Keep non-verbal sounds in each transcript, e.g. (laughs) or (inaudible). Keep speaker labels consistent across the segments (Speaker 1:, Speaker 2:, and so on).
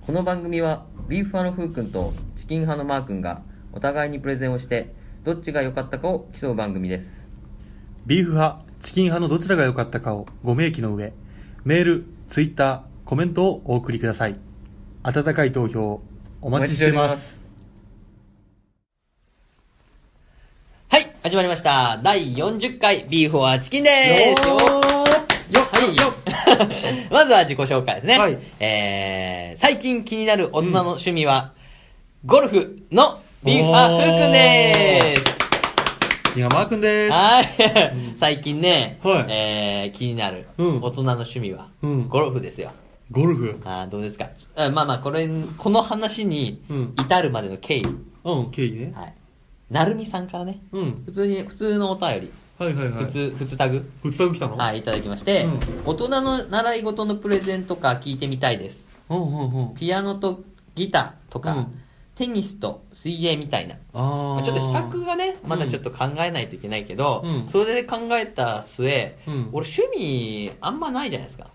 Speaker 1: この番組はビーフ派のふうくんとチキン派のまーくんがお互いにプレゼンをしてどっちが良かったかを競う番組です
Speaker 2: ビーフ派、チキン派のどちらが良かったかをご明記の上、メール、ツイッター、コメントをお送りください。温かい投票、お待ちしています。
Speaker 3: はい、始まりました。第40回、ビーフォアチキンでーす。
Speaker 2: よ
Speaker 3: はい、 (laughs) まずは自己紹介ですね。
Speaker 2: はい
Speaker 3: えー、最近気になる大人の趣味は、ゴルフのビーフォアフーくんでー。
Speaker 2: ー今、マー君ですす。
Speaker 3: はい。最近ね、
Speaker 2: はい
Speaker 3: えー、気になる
Speaker 2: うん
Speaker 3: 大人の趣味は、
Speaker 2: うん
Speaker 3: ゴルフですよ。
Speaker 2: ゴルフ。
Speaker 3: あーどうですかあまあまあ、これ、この話に
Speaker 2: うん
Speaker 3: 至るまでの経緯。
Speaker 2: うん、経緯ね。
Speaker 3: はい。なるみさんからね、
Speaker 2: うん。
Speaker 3: 普通に、普通のお便り、
Speaker 2: はいはいはい。
Speaker 3: 普。通、普通タグ
Speaker 2: 普通に来たの。
Speaker 3: はいい、いただきまして、
Speaker 2: うん
Speaker 3: 大人の習い事のプレゼンとか聞いてみたいです。
Speaker 2: うんうんうん。
Speaker 3: ピアノとギターとか、
Speaker 2: うん
Speaker 3: テニスと水泳みたいな。
Speaker 2: あー。
Speaker 3: ちょっと比較がね、まだ
Speaker 2: うん
Speaker 3: ちょっと考えないといけないけど、
Speaker 2: うん
Speaker 3: それで考えた末、
Speaker 2: うん
Speaker 3: 俺趣味あんまないじゃないですか。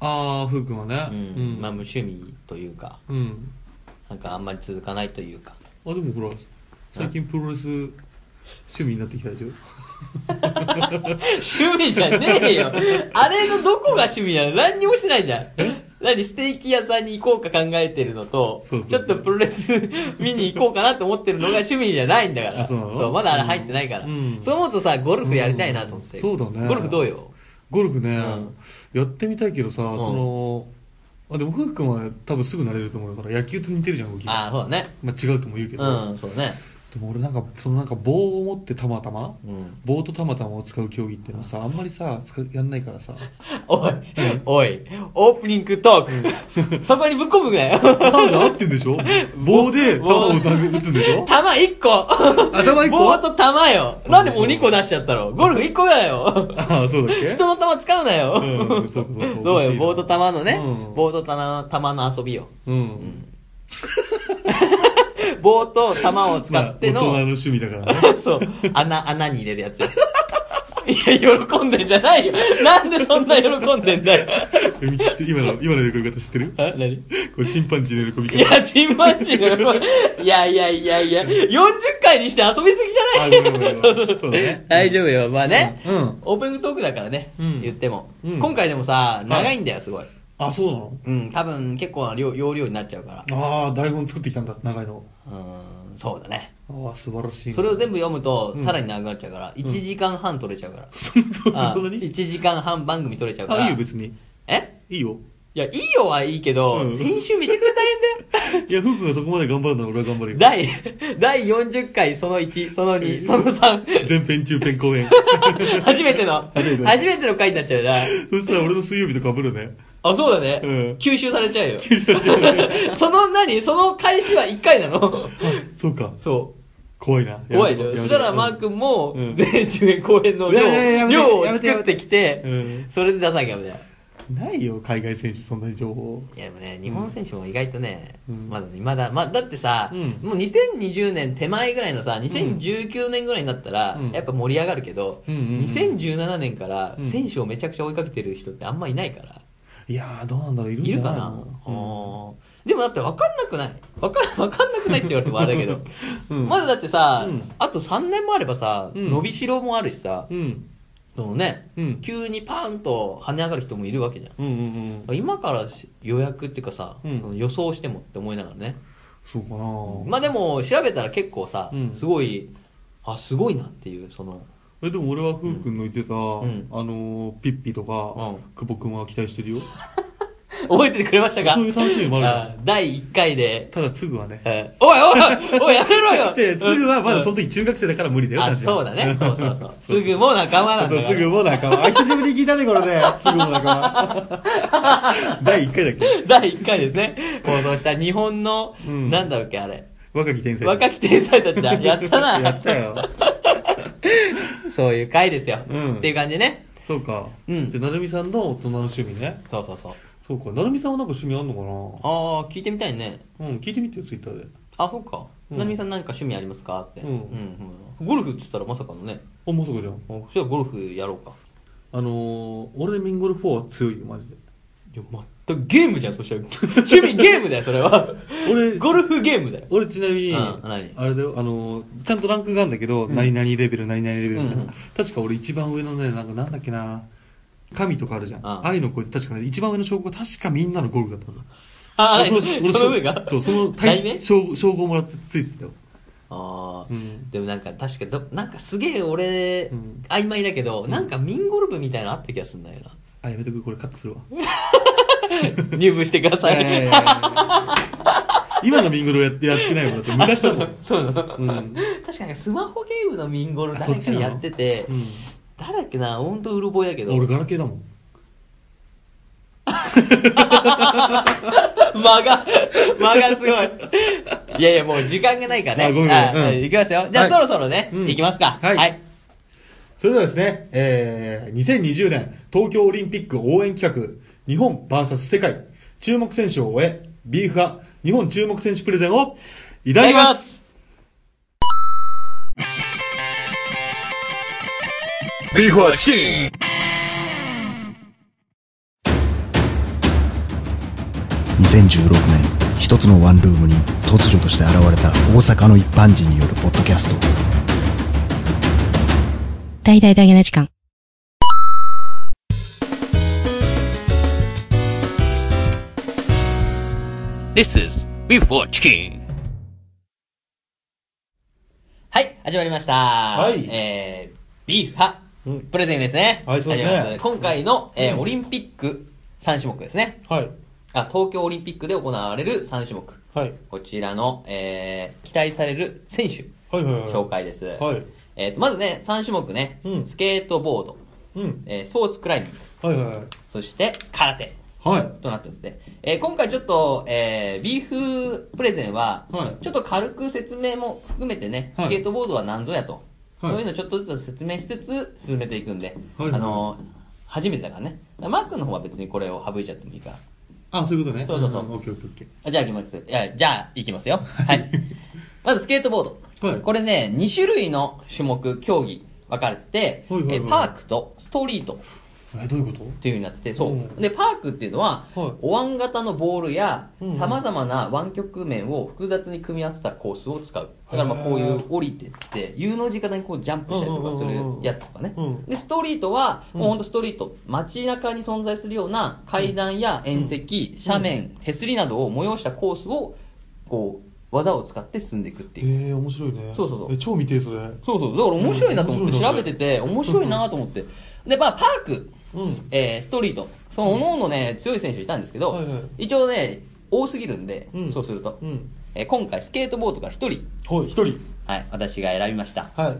Speaker 2: あー、ふうくんはね。
Speaker 3: うん。
Speaker 2: うん。
Speaker 3: まあ無趣味というか、
Speaker 2: うん。
Speaker 3: なんかあんまり続かないというか。
Speaker 2: あ、でもほら、最近プロレス趣味になってきたでしょ
Speaker 3: 趣味じゃねえよ。あれのどこが趣味なの何にもしないじゃん。何ステーキ屋さんに行こうか考えてるのと
Speaker 2: そうそう、
Speaker 3: ちょっとプロレス見に行こうかなと思ってるのが趣味じゃないんだから。
Speaker 2: あそうなの
Speaker 3: まだあれ入ってないから。
Speaker 2: うん
Speaker 3: そう思うとさ、ゴルフやりたいなと思って。
Speaker 2: うんそうだね
Speaker 3: ゴルフどうよ
Speaker 2: ゴルフね、
Speaker 3: うん
Speaker 2: やってみたいけどさ、そのあでもふうくんは多分すぐ慣れると思うから野球と似てるじゃん動き
Speaker 3: あ
Speaker 2: が
Speaker 3: あ、そうだね。
Speaker 2: まあ、違うとも言うけど、
Speaker 3: うん、そうね。
Speaker 2: でも俺なんかそのなんか棒を持ってたまたま
Speaker 3: うん。
Speaker 2: 棒とたまたまを使う競技っていうのはさあんまりさ使うやんないからさ
Speaker 3: おい、おい、オープニングトーク。そこにぶっ込むぐ
Speaker 2: (laughs)
Speaker 3: らい。
Speaker 2: なんで合ってんで
Speaker 3: (laughs)
Speaker 2: しょ棒で球を
Speaker 3: 棒
Speaker 2: 打つんで
Speaker 3: (laughs)
Speaker 2: しょ
Speaker 3: 玉1個
Speaker 2: 頭一個
Speaker 3: 棒と玉よなんでもう2個出しちゃったのゴルフ1個だよ
Speaker 2: ああそうだっけ
Speaker 3: 人の玉使うなよ。
Speaker 2: うんそうかそうか
Speaker 3: そうよ、棒と玉のね
Speaker 2: う。ん
Speaker 3: 棒と玉玉の遊びよ。
Speaker 2: うん、
Speaker 3: 棒と玉を
Speaker 2: ま
Speaker 3: 使
Speaker 2: あ
Speaker 3: っ
Speaker 2: 大
Speaker 3: て
Speaker 2: 人の
Speaker 3: の、
Speaker 2: 趣味だから
Speaker 3: (laughs)
Speaker 2: ね
Speaker 3: そう、穴、穴に入れるやつよ。 (laughs) いや、喜んでんじゃないよ。なんでそんな喜んでんだ
Speaker 2: (laughs)
Speaker 3: よ。
Speaker 2: え見て今の今の喜び方知ってる
Speaker 3: あ何
Speaker 2: これチンパンジーの喜び
Speaker 3: い
Speaker 2: 方
Speaker 3: や、チンパンジーの喜びいやいやいやいや、40回にして遊びすぎじ
Speaker 2: (laughs)
Speaker 3: ゃ
Speaker 2: あ
Speaker 3: な
Speaker 2: ご
Speaker 3: い
Speaker 2: めんごめんごめんそうだね
Speaker 3: 大丈夫よ、まあね。
Speaker 2: うん
Speaker 3: オープニングトークだからね、
Speaker 2: うん
Speaker 3: 言っても、
Speaker 2: うん
Speaker 3: 今回でもさ、長いんだよ、すごい。
Speaker 2: あそうなの
Speaker 3: うん、多分結構な量容量になっちゃうから。
Speaker 2: ああ台本作ってきたんだ長いの
Speaker 3: うーん、そうだね。
Speaker 2: ああ素晴らしい
Speaker 3: それ
Speaker 2: (laughs)
Speaker 3: を全部読むと、
Speaker 2: うん
Speaker 3: さらに長くなっちゃうから、1時間半取れちゃうから。
Speaker 2: (laughs) そんな
Speaker 3: あ
Speaker 2: そんなに
Speaker 3: 1時間半番組取れちゃうか
Speaker 2: あ
Speaker 3: ら。
Speaker 2: いいよ別に
Speaker 3: え
Speaker 2: いいよ
Speaker 3: いや、いいよはいいけど、
Speaker 2: うん
Speaker 3: 編集めちゃくちゃ大変だよ。
Speaker 2: いやふうくんがそこまで頑張るなら俺は頑張るよ
Speaker 3: 第、 (laughs) 第40回、その1、その2、その3。
Speaker 2: (laughs) 前編中
Speaker 3: (laughs)
Speaker 2: 編後編
Speaker 3: 初めての、
Speaker 2: 初めての
Speaker 3: 初めての回になっちゃうな。
Speaker 2: そしたら俺の水曜日とかぶるね
Speaker 3: あ、そうだね。
Speaker 2: (laughs) うん
Speaker 3: 吸収されちゃうよ。
Speaker 2: 急にされちゃうね
Speaker 3: (laughs) その何その開始は1回なの
Speaker 2: そうか
Speaker 3: そう。
Speaker 2: 怖いな
Speaker 3: 怖いでし
Speaker 2: や
Speaker 3: ょ
Speaker 2: め
Speaker 3: そ
Speaker 2: とこう
Speaker 3: したら
Speaker 2: うん
Speaker 3: マー君も
Speaker 2: うん、
Speaker 3: 全中演公演の量
Speaker 2: いやいやいややめて
Speaker 3: 量を
Speaker 2: やめて
Speaker 3: 作ってきて、
Speaker 2: う
Speaker 3: それで出さなきゃみたいな。
Speaker 2: んないよ海外選手そんなに情報
Speaker 3: いやでもね、日本選手も意外とね、
Speaker 2: うん
Speaker 3: まだね、まだ、まあ、だってさ、
Speaker 2: うん
Speaker 3: もう2020年手前ぐらいのさ、2019年ぐらいになったら、
Speaker 2: うん
Speaker 3: やっぱ盛り上がるけど、
Speaker 2: うんうんうん
Speaker 3: 2017年から
Speaker 2: うん
Speaker 3: 選手をめちゃくちゃ追いかけてる人ってあんまいないから、
Speaker 2: いやーどうなんだろういるん
Speaker 3: い
Speaker 2: じゃ
Speaker 3: る
Speaker 2: な
Speaker 3: か
Speaker 2: い
Speaker 3: な、
Speaker 2: の
Speaker 3: おーでもだって分かんなくない分かん (laughs) わかんなくないって言われてもあれだけど、
Speaker 2: うん
Speaker 3: まだだってさ、
Speaker 2: うん
Speaker 3: あと3年もあればさ、
Speaker 2: うん
Speaker 3: 伸びしろもあるしさ、
Speaker 2: うん
Speaker 3: そのね、
Speaker 2: うん
Speaker 3: 急にパーンと跳ね上がる人もいるわけじゃん。
Speaker 2: うんうんうん
Speaker 3: 今からし予約っていうかさ、
Speaker 2: うん
Speaker 3: その予想してもって思いながらね、
Speaker 2: そうかな
Speaker 3: まあでも調べたら結構さ、
Speaker 2: うん
Speaker 3: すごいあすごいなっていうその (laughs)
Speaker 2: えでも俺はふうくんの言ってた、
Speaker 3: ん
Speaker 2: あのーピッピとか、
Speaker 3: う
Speaker 2: 久保くんは期待して
Speaker 3: (laughs)
Speaker 2: るよ
Speaker 3: 覚えててくれましたか
Speaker 2: そういう楽しみもあるじゃん
Speaker 3: あ第1回で、
Speaker 2: ただつぐはね
Speaker 3: えーおいおいおいやめろよ
Speaker 2: (laughs) 違うつぐはまだそ
Speaker 3: うん
Speaker 2: の時中学生だから無理だ
Speaker 3: あ
Speaker 2: よ確かに
Speaker 3: そうだ
Speaker 2: (laughs)
Speaker 3: ねそうそうそうすぐもう仲間なんだか
Speaker 2: そう
Speaker 3: ら
Speaker 2: つぐも仲間あ久しぶりに聞いたねこ
Speaker 3: (laughs)
Speaker 2: れねつぐも仲間第1回だっけ
Speaker 3: 第1回ですね放送した日本の、
Speaker 2: うん
Speaker 3: なんだっけあれ
Speaker 2: 若き天才
Speaker 3: 若き天才たち
Speaker 2: (laughs)
Speaker 3: だやったな
Speaker 2: やったよ
Speaker 3: そういう回ですよ、
Speaker 2: うん
Speaker 3: っていう感じね
Speaker 2: そうか、
Speaker 3: うん
Speaker 2: じゃあなるみさんの大人の趣味ね
Speaker 3: そうそうそう
Speaker 2: そうかなるみさんはなんか趣味あんの
Speaker 3: ああ聞いてみたいね
Speaker 2: かなうん聞いてみてよツイッターで
Speaker 3: あ、そうか。
Speaker 2: うん
Speaker 3: なみさんなんか趣味ありますかって。
Speaker 2: うん
Speaker 3: うんゴルフっつったらまさかのね。
Speaker 2: あもうそこじゃん
Speaker 3: あそしたらゴルフやろうか。
Speaker 2: あのー、俺レミンゴル4は強いよマジで
Speaker 3: いや、全くゲームじゃん、そしたら。趣味ゲームだよ、それは。
Speaker 2: 俺
Speaker 3: (laughs) ゴルフゲームだよ。
Speaker 2: 俺ちなみに、
Speaker 3: うん何
Speaker 2: あれだよ、あのー、ちゃんとランクがあるんだけど、何々レベル、何々レベルみたいな。
Speaker 3: うんうん
Speaker 2: 確か俺一番上のね、なんかなんだっけな、神とかあるじゃん。
Speaker 3: ああ
Speaker 2: 愛の声って確かね、一番上の称号が確かみんなのゴルフだったんだ。
Speaker 3: ああ、
Speaker 2: 俺俺
Speaker 3: その上が
Speaker 2: そう、その
Speaker 3: 題名
Speaker 2: 称称号もらってついてたよ。
Speaker 3: ああ、
Speaker 2: うん
Speaker 3: でもなんか確かど、なんかすげえ俺、
Speaker 2: うん
Speaker 3: 曖昧だけど、なんかミンゴルフみたいな (laughs) のあった気がするんだよ
Speaker 2: あ、やめとく、これカットするわ。
Speaker 3: な。入部してくだ (laughs) さ
Speaker 2: いやいやい
Speaker 3: い。
Speaker 2: やいや今のミングルやってやってないもん。だって昔だもん。
Speaker 3: そうなの、
Speaker 2: うん
Speaker 3: 確かにスマホゲームのミンゴル
Speaker 2: あ
Speaker 3: 誰か
Speaker 2: そっちなの
Speaker 3: やってて、
Speaker 2: うん
Speaker 3: 誰 (laughs) だっけな、ほんとうる覚えだけど、
Speaker 2: 俺、ガラケーだもん。
Speaker 3: (laughs) 間が、間がすごい。いやいや、もう時間がないから
Speaker 2: あ
Speaker 3: ね。
Speaker 2: ごめん
Speaker 3: あ
Speaker 2: うん
Speaker 3: 行きますよ。じゃあ、
Speaker 2: はい
Speaker 3: そろそろね、
Speaker 2: うん
Speaker 3: 行きますか。
Speaker 2: はいそれではですね、えー、2020年東京オリンピック応援企画、日本 VS 世界、注目選手を終え、ビーフ派、日本注目選手プレゼンをい
Speaker 3: い
Speaker 2: た
Speaker 3: た
Speaker 2: だ
Speaker 3: だき
Speaker 2: きま
Speaker 3: ますす。
Speaker 4: ビーフはチキン
Speaker 5: 2016年一つのワンルームに突如として現れた大阪の一般人によるポッドキャスト
Speaker 6: 大々大げな時間。
Speaker 4: This is Beef for Chicken
Speaker 3: はい、始まりました。
Speaker 2: い
Speaker 3: えー、ビーフ派
Speaker 2: うん、
Speaker 3: プレゼンですね。
Speaker 2: はいそうですね
Speaker 3: 始まります今回の、えー
Speaker 2: うん
Speaker 3: オリンピック3種目ですね。
Speaker 2: はい。
Speaker 3: あ、東京オリンピックで行われる3種目。
Speaker 2: はい。
Speaker 3: こちらの、えー、期待される選手、
Speaker 2: はいはいはい。
Speaker 3: 紹介です。
Speaker 2: はい。
Speaker 3: えーと、まずね、3種目ね、
Speaker 2: うん
Speaker 3: スケートボード、
Speaker 2: うん。
Speaker 3: えー、スポーツクライミング、
Speaker 2: はいはいはい。
Speaker 3: そして空手。
Speaker 2: はい。
Speaker 3: となっておって、えー今回ちょっと、えー、ビーフプレゼンは、
Speaker 2: はい
Speaker 3: ちょっと軽く説明も含めてね、
Speaker 2: はい
Speaker 3: スケートボードは何ぞやと、
Speaker 2: はい
Speaker 3: そういうのちょっとずつ説明しつつ進めていくんで、
Speaker 2: はいはい
Speaker 3: あのー初めてだからね。だからマー君の方は別にこれを省いちゃってもいいから。
Speaker 2: あ、そういうことね。
Speaker 3: そうそうそうん
Speaker 2: オッケーオッケーオッケ
Speaker 3: あじゃあ行きます。いや、じゃあ行き
Speaker 2: (laughs)
Speaker 3: ますよ。はい。まずスケートボード。
Speaker 2: はい
Speaker 3: これね、2種類の種目、競技分かれてて、
Speaker 2: はいはいはい
Speaker 3: えーパークとストリート。
Speaker 2: ー。え、どういうこと
Speaker 3: っていう風になってて、そう。
Speaker 2: うん
Speaker 3: で、パークっていうのは、
Speaker 2: はい
Speaker 3: お椀型のボールや
Speaker 2: うんうん、
Speaker 3: 様々な湾曲面を複雑に組み合わせたコースを使う。だからまあこうい
Speaker 2: へ
Speaker 3: う
Speaker 2: ー
Speaker 3: 降りてって、U の字型にこうジャンプしたりとかするやつとかね
Speaker 2: うんうんうんうん。
Speaker 3: で、ストリートは、
Speaker 2: うん
Speaker 3: もうほんとストリート、街中に存在するような階段や縁石、斜面、手すりなどを催したコースを、こう、技を使って進んでいくって
Speaker 2: え
Speaker 3: いう。
Speaker 2: ー、面白いね。
Speaker 3: そうそうそう
Speaker 2: え、超見てえ、それ。はい
Speaker 3: そうそう。だから面白いなと思って
Speaker 2: うん面白
Speaker 3: 調
Speaker 2: いな
Speaker 3: べてて、面白いなと思って。で、まあ、パーク、
Speaker 2: うん
Speaker 3: えーストリート、その、各々ね、強い選手いたんですけど、
Speaker 2: はいはい
Speaker 3: 一応ね、多すぎるんで、
Speaker 2: うん
Speaker 3: そうすると、
Speaker 2: うん
Speaker 3: えー今回、スケートボードから一人、、
Speaker 2: 一人。
Speaker 3: はい、私が選びました。
Speaker 2: はい。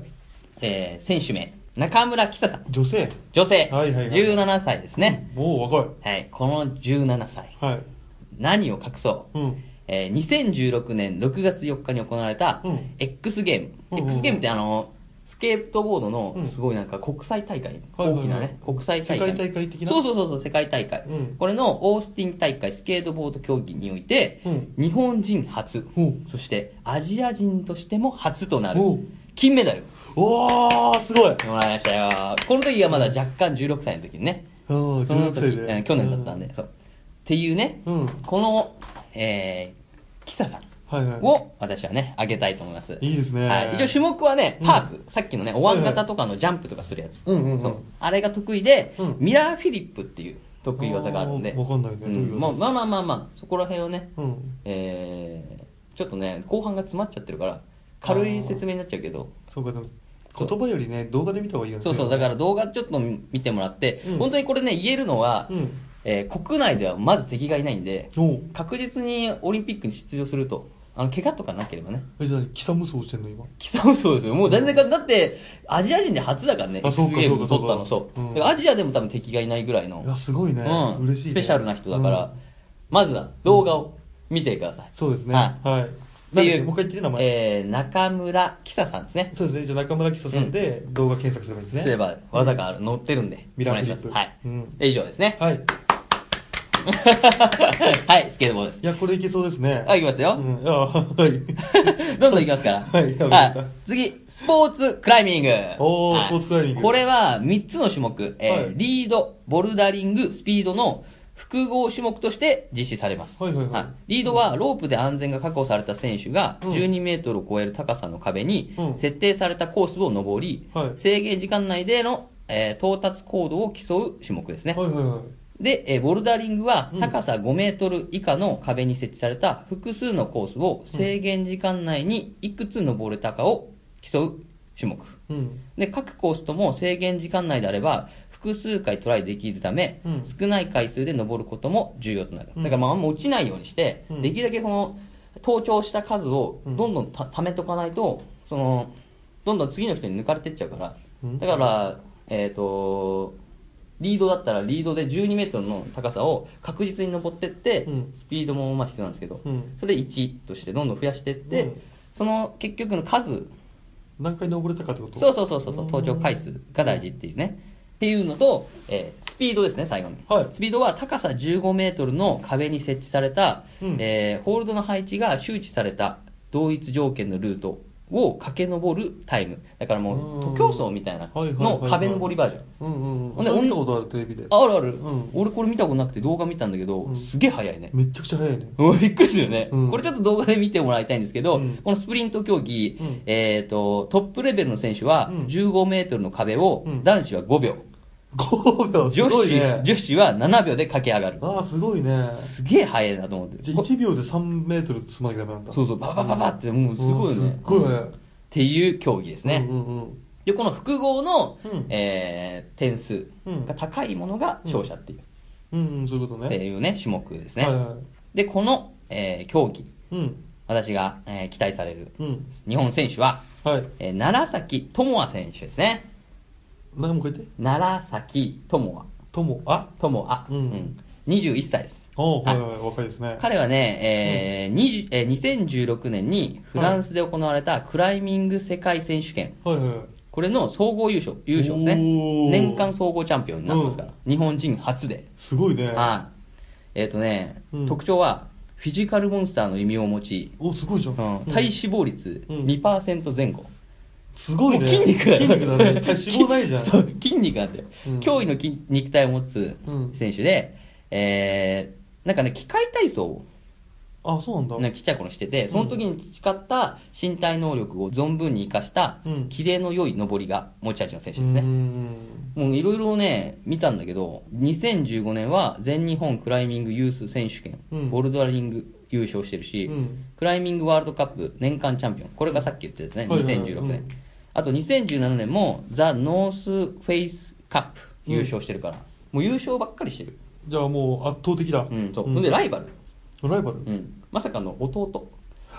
Speaker 3: えー選手名、中村貴沙さん、
Speaker 2: 女性。
Speaker 3: 女性、
Speaker 2: はいはいはい
Speaker 3: 17歳ですね。
Speaker 2: もう若
Speaker 3: はい、この17歳、
Speaker 2: い。はい。
Speaker 3: 何を隠そう。
Speaker 2: うん。
Speaker 3: えー2016年6月4日に行われた
Speaker 2: うん
Speaker 3: X ゲーム、
Speaker 2: うんうんうん
Speaker 3: X ゲームってあのスケートボード
Speaker 2: うん
Speaker 3: のすごいなんか国際大会、
Speaker 2: はいはいはい
Speaker 3: 大きなね国際大会
Speaker 2: 世界大会的な
Speaker 3: そうそうそうそう世界大会、
Speaker 2: うん
Speaker 3: これのオースティン大会スケートボード競技において、
Speaker 2: うん
Speaker 3: 日本人初、
Speaker 2: ほう
Speaker 3: そしてアジア人としても初となる
Speaker 2: ほう
Speaker 3: 金メダル
Speaker 2: おー、すごい。
Speaker 3: もらいましたよこの時はまだ若干16歳の時にね
Speaker 2: あー
Speaker 3: その
Speaker 2: 16
Speaker 3: 時
Speaker 2: 歳で
Speaker 3: うん去年だったんで、そうっていうね、
Speaker 2: うん
Speaker 3: このえー、キサさん
Speaker 2: はいはい。
Speaker 3: を私はね、あげたいと思います。
Speaker 2: いいですね
Speaker 3: はい。一応種目はね、パーク。さっきのね、お椀型とかのジャンプとかするやつ。
Speaker 2: うんうんうん
Speaker 3: そうあれが得意で、
Speaker 2: うん
Speaker 3: ミラーフィリップっていう得意技があるんで。
Speaker 2: あーわかんないね
Speaker 3: う
Speaker 2: どういう技
Speaker 3: まあまあまあまあまあ、そこら辺をね、
Speaker 2: うん。
Speaker 3: えー、ちょっとね、後半が詰まっちゃってるから、軽い説明になっちゃうけど、
Speaker 2: そうか、でも、言葉よりね、動画で見た方がいいよね。
Speaker 3: そうそう、だから動画ちょっと見てもらって、
Speaker 2: うん
Speaker 3: 本当にこれね、言えるのは、
Speaker 2: うん
Speaker 3: えー国内ではまず敵がいないんで、
Speaker 2: おう
Speaker 3: 確実にオリンピックに出場すると、あの、怪我とかなければね、
Speaker 2: え、じゃあ、キサムソしてんの、今。
Speaker 3: 貴様そうですよ。もう全然か、だって、アジア人で初だからね、
Speaker 2: あそうか
Speaker 3: X ゲーム
Speaker 2: そう
Speaker 3: を取
Speaker 2: か
Speaker 3: ったの、
Speaker 2: そうか
Speaker 3: そう。
Speaker 2: うん
Speaker 3: だからアジアでも多分敵がいないぐらいの、
Speaker 2: いや、すごいね。
Speaker 3: うん、
Speaker 2: 嬉しいね。
Speaker 3: スペシャルな人だから、まずは動画を見てください。
Speaker 2: そうですね。
Speaker 3: は
Speaker 2: はい。
Speaker 3: い。ってい
Speaker 2: なんだっけ
Speaker 3: う、
Speaker 2: もう一回言ってね、名前。
Speaker 3: えー、中村貴沙さんですね。
Speaker 2: そうですね。じゃあ、中村キサさんで動画検索すればいいんですね。
Speaker 3: すれば、技がある、載ってるんで、
Speaker 2: ミラーフリップ
Speaker 3: お願いします
Speaker 2: う
Speaker 3: はい。
Speaker 2: ん
Speaker 3: で以上ですね。
Speaker 2: はい。い
Speaker 3: (laughs) はい、スケートボードです。
Speaker 2: や、これいけそうですね。
Speaker 3: はい、いきます
Speaker 2: う
Speaker 3: よ。
Speaker 2: ん。あーはい。
Speaker 3: (laughs) どんどんいきますから。
Speaker 2: (laughs) はいわかりました
Speaker 3: はい次、スポーツクライミング。
Speaker 2: おー
Speaker 3: はい
Speaker 2: スポーツクライミング
Speaker 3: これは3つの種目、えー
Speaker 2: はい
Speaker 3: リード、ボルダリング、スピードの複合種目として実施されます。
Speaker 2: はいはいはい
Speaker 3: リードはロープで安全が確保された選手が
Speaker 2: うん
Speaker 3: 12メートルを超える高さの壁に
Speaker 2: うん
Speaker 3: 設定されたコースを登り、
Speaker 2: はい
Speaker 3: 制限時間内での、えー到達行動を競う種目ですね。
Speaker 2: はいはいはい。
Speaker 3: で、えーボルダリングは
Speaker 2: うん
Speaker 3: 高さ5メートル以下の壁に設置された複数のコースを制限時間内にいくつ登れたかを競う種目。
Speaker 2: うん。
Speaker 3: で、各コースとも制限時間内であれば、複数回トライできるため、
Speaker 2: うん
Speaker 3: 少ない回数で登ることも重要となる。
Speaker 2: うん
Speaker 3: だからまあ、あんま落ちないようにして、
Speaker 2: うん
Speaker 3: できるだけこの、登頂した数を
Speaker 2: うん
Speaker 3: どんどんた貯めとかないと、その、どんどん次の人に抜かれてっちゃうから
Speaker 2: うん、
Speaker 3: だから、えっ、と、リードだったらリードで12メートルの高さを確実に登ってって
Speaker 2: うん、
Speaker 3: スピードもまあ必要なんですけど
Speaker 2: うん、
Speaker 3: それ1としてどんどん増やしてっ
Speaker 2: う
Speaker 3: て
Speaker 2: ん、
Speaker 3: その結局の数
Speaker 2: 何回登れたかってこと
Speaker 3: そうそうそうそうそう、登場回数が大事っていうね。っていうのと、えースピードですね、最後に。
Speaker 2: はい
Speaker 3: スピードは高さ15メートルの壁に設置された、
Speaker 2: うん
Speaker 3: えーホールドの配置が周知された同一条件のルートを駆け上るタイム。だからもう、
Speaker 2: うん
Speaker 3: 徒競走みたいな
Speaker 2: はいはいはい
Speaker 3: の
Speaker 2: はい
Speaker 3: 壁登りバージョン。
Speaker 2: うんうんう
Speaker 3: ほ
Speaker 2: ん。
Speaker 3: んで
Speaker 2: 見たことあるテレビで。
Speaker 3: あるある、
Speaker 2: うん
Speaker 3: 俺これ見たことなくて動画見たんだけど、
Speaker 2: ん
Speaker 3: すげえ速いね。
Speaker 2: めっちゃくちゃ
Speaker 3: (laughs)
Speaker 2: 早いね。
Speaker 3: もうびっくりするよね、
Speaker 2: うん
Speaker 3: これちょっと動画で見てもらいたいんですけど、
Speaker 2: うん
Speaker 3: このスプリント競技、
Speaker 2: うん
Speaker 3: えっ、と、トップレベルの選手は
Speaker 2: うん
Speaker 3: 15メートルの壁を
Speaker 2: うん
Speaker 3: 男子は5秒、
Speaker 2: 5秒す
Speaker 3: 女
Speaker 2: ご
Speaker 3: 子、
Speaker 2: いね。
Speaker 3: 女子は7秒で駆け上がる。
Speaker 2: ああ、すごいね。
Speaker 3: すげえ速いなと思って
Speaker 2: じ
Speaker 3: る。
Speaker 2: ゃあ1秒で3メートルつまなきゃダメなんだ。
Speaker 3: そうそう、バババババってもうすごいよ
Speaker 2: うん
Speaker 3: ね。
Speaker 2: すっごい
Speaker 3: っ
Speaker 2: ね。
Speaker 3: ていう競技ですね。
Speaker 2: うんうんうん。
Speaker 3: で、この複合の、
Speaker 2: うん
Speaker 3: えー点数が高いものが勝者っていう、
Speaker 2: うんうん、そういうこと
Speaker 3: って
Speaker 2: ね。
Speaker 3: いうね、種目ですね。
Speaker 2: はいは
Speaker 3: で、この、えー競技、
Speaker 2: い。うん。
Speaker 3: 私が、えー期待される
Speaker 2: うん。
Speaker 3: 日本選手は、
Speaker 2: はい。
Speaker 3: えー楢崎智亜選手ですね。
Speaker 2: 何も書いて。
Speaker 3: 楢崎智亜。
Speaker 2: とも、あ
Speaker 3: 智亜。
Speaker 2: うん
Speaker 3: 21歳です。
Speaker 2: おーはい
Speaker 3: は
Speaker 2: はい、若いですね。
Speaker 3: 彼はね、えー20えー2016年にフランスで行われたクライミング世界選手権。
Speaker 2: はいは
Speaker 3: これの総合優勝、優勝です
Speaker 2: お
Speaker 3: ね。
Speaker 2: ー
Speaker 3: 年間総合チャンピオンになってますから。日本人初で。
Speaker 2: い。すごいね。
Speaker 3: はい。えっ、とね、
Speaker 2: うん
Speaker 3: 特徴は、フィジカルモンスターの異名を持ち、
Speaker 2: お、すごいじゃん。
Speaker 3: うん
Speaker 2: うん
Speaker 3: 体脂肪率
Speaker 2: うん
Speaker 3: 2%前後。
Speaker 2: すごい
Speaker 3: も
Speaker 2: ね。
Speaker 3: う筋肉が (laughs)
Speaker 2: 筋肉だね。脂肪ないじゃん。
Speaker 3: そう筋肉なんだよ、
Speaker 2: うん
Speaker 3: 脅威の筋肉体を持つ
Speaker 2: うん
Speaker 3: 選手で、えーなんかね機械体操を
Speaker 2: あ、そうなんだ。
Speaker 3: なんかちっちゃい頃しててその時に培った身体能力を存分に生かした
Speaker 2: うん
Speaker 3: キレの良い登りが持ち味の選手
Speaker 2: う
Speaker 3: ですね、
Speaker 2: ん。
Speaker 3: もういろいろね見たんだけど2015年は全日本クライミングユース選手権、
Speaker 2: うん
Speaker 3: ボルダリング優勝してるし、
Speaker 2: うん
Speaker 3: クライミングワールドカップ年間チャンピオンこれがさっき言ってたですね、
Speaker 2: はいはいはい
Speaker 3: 2016
Speaker 2: う
Speaker 3: 年、
Speaker 2: ん
Speaker 3: あと2017年もザ・ノースフェイスカップ優勝してるから、もう優勝ばっかりしてる
Speaker 2: じゃあもう圧倒的だ。
Speaker 3: うんそう、
Speaker 2: ん
Speaker 3: それでライバル、
Speaker 2: ライバル
Speaker 3: うん、まさかの弟 (laughs)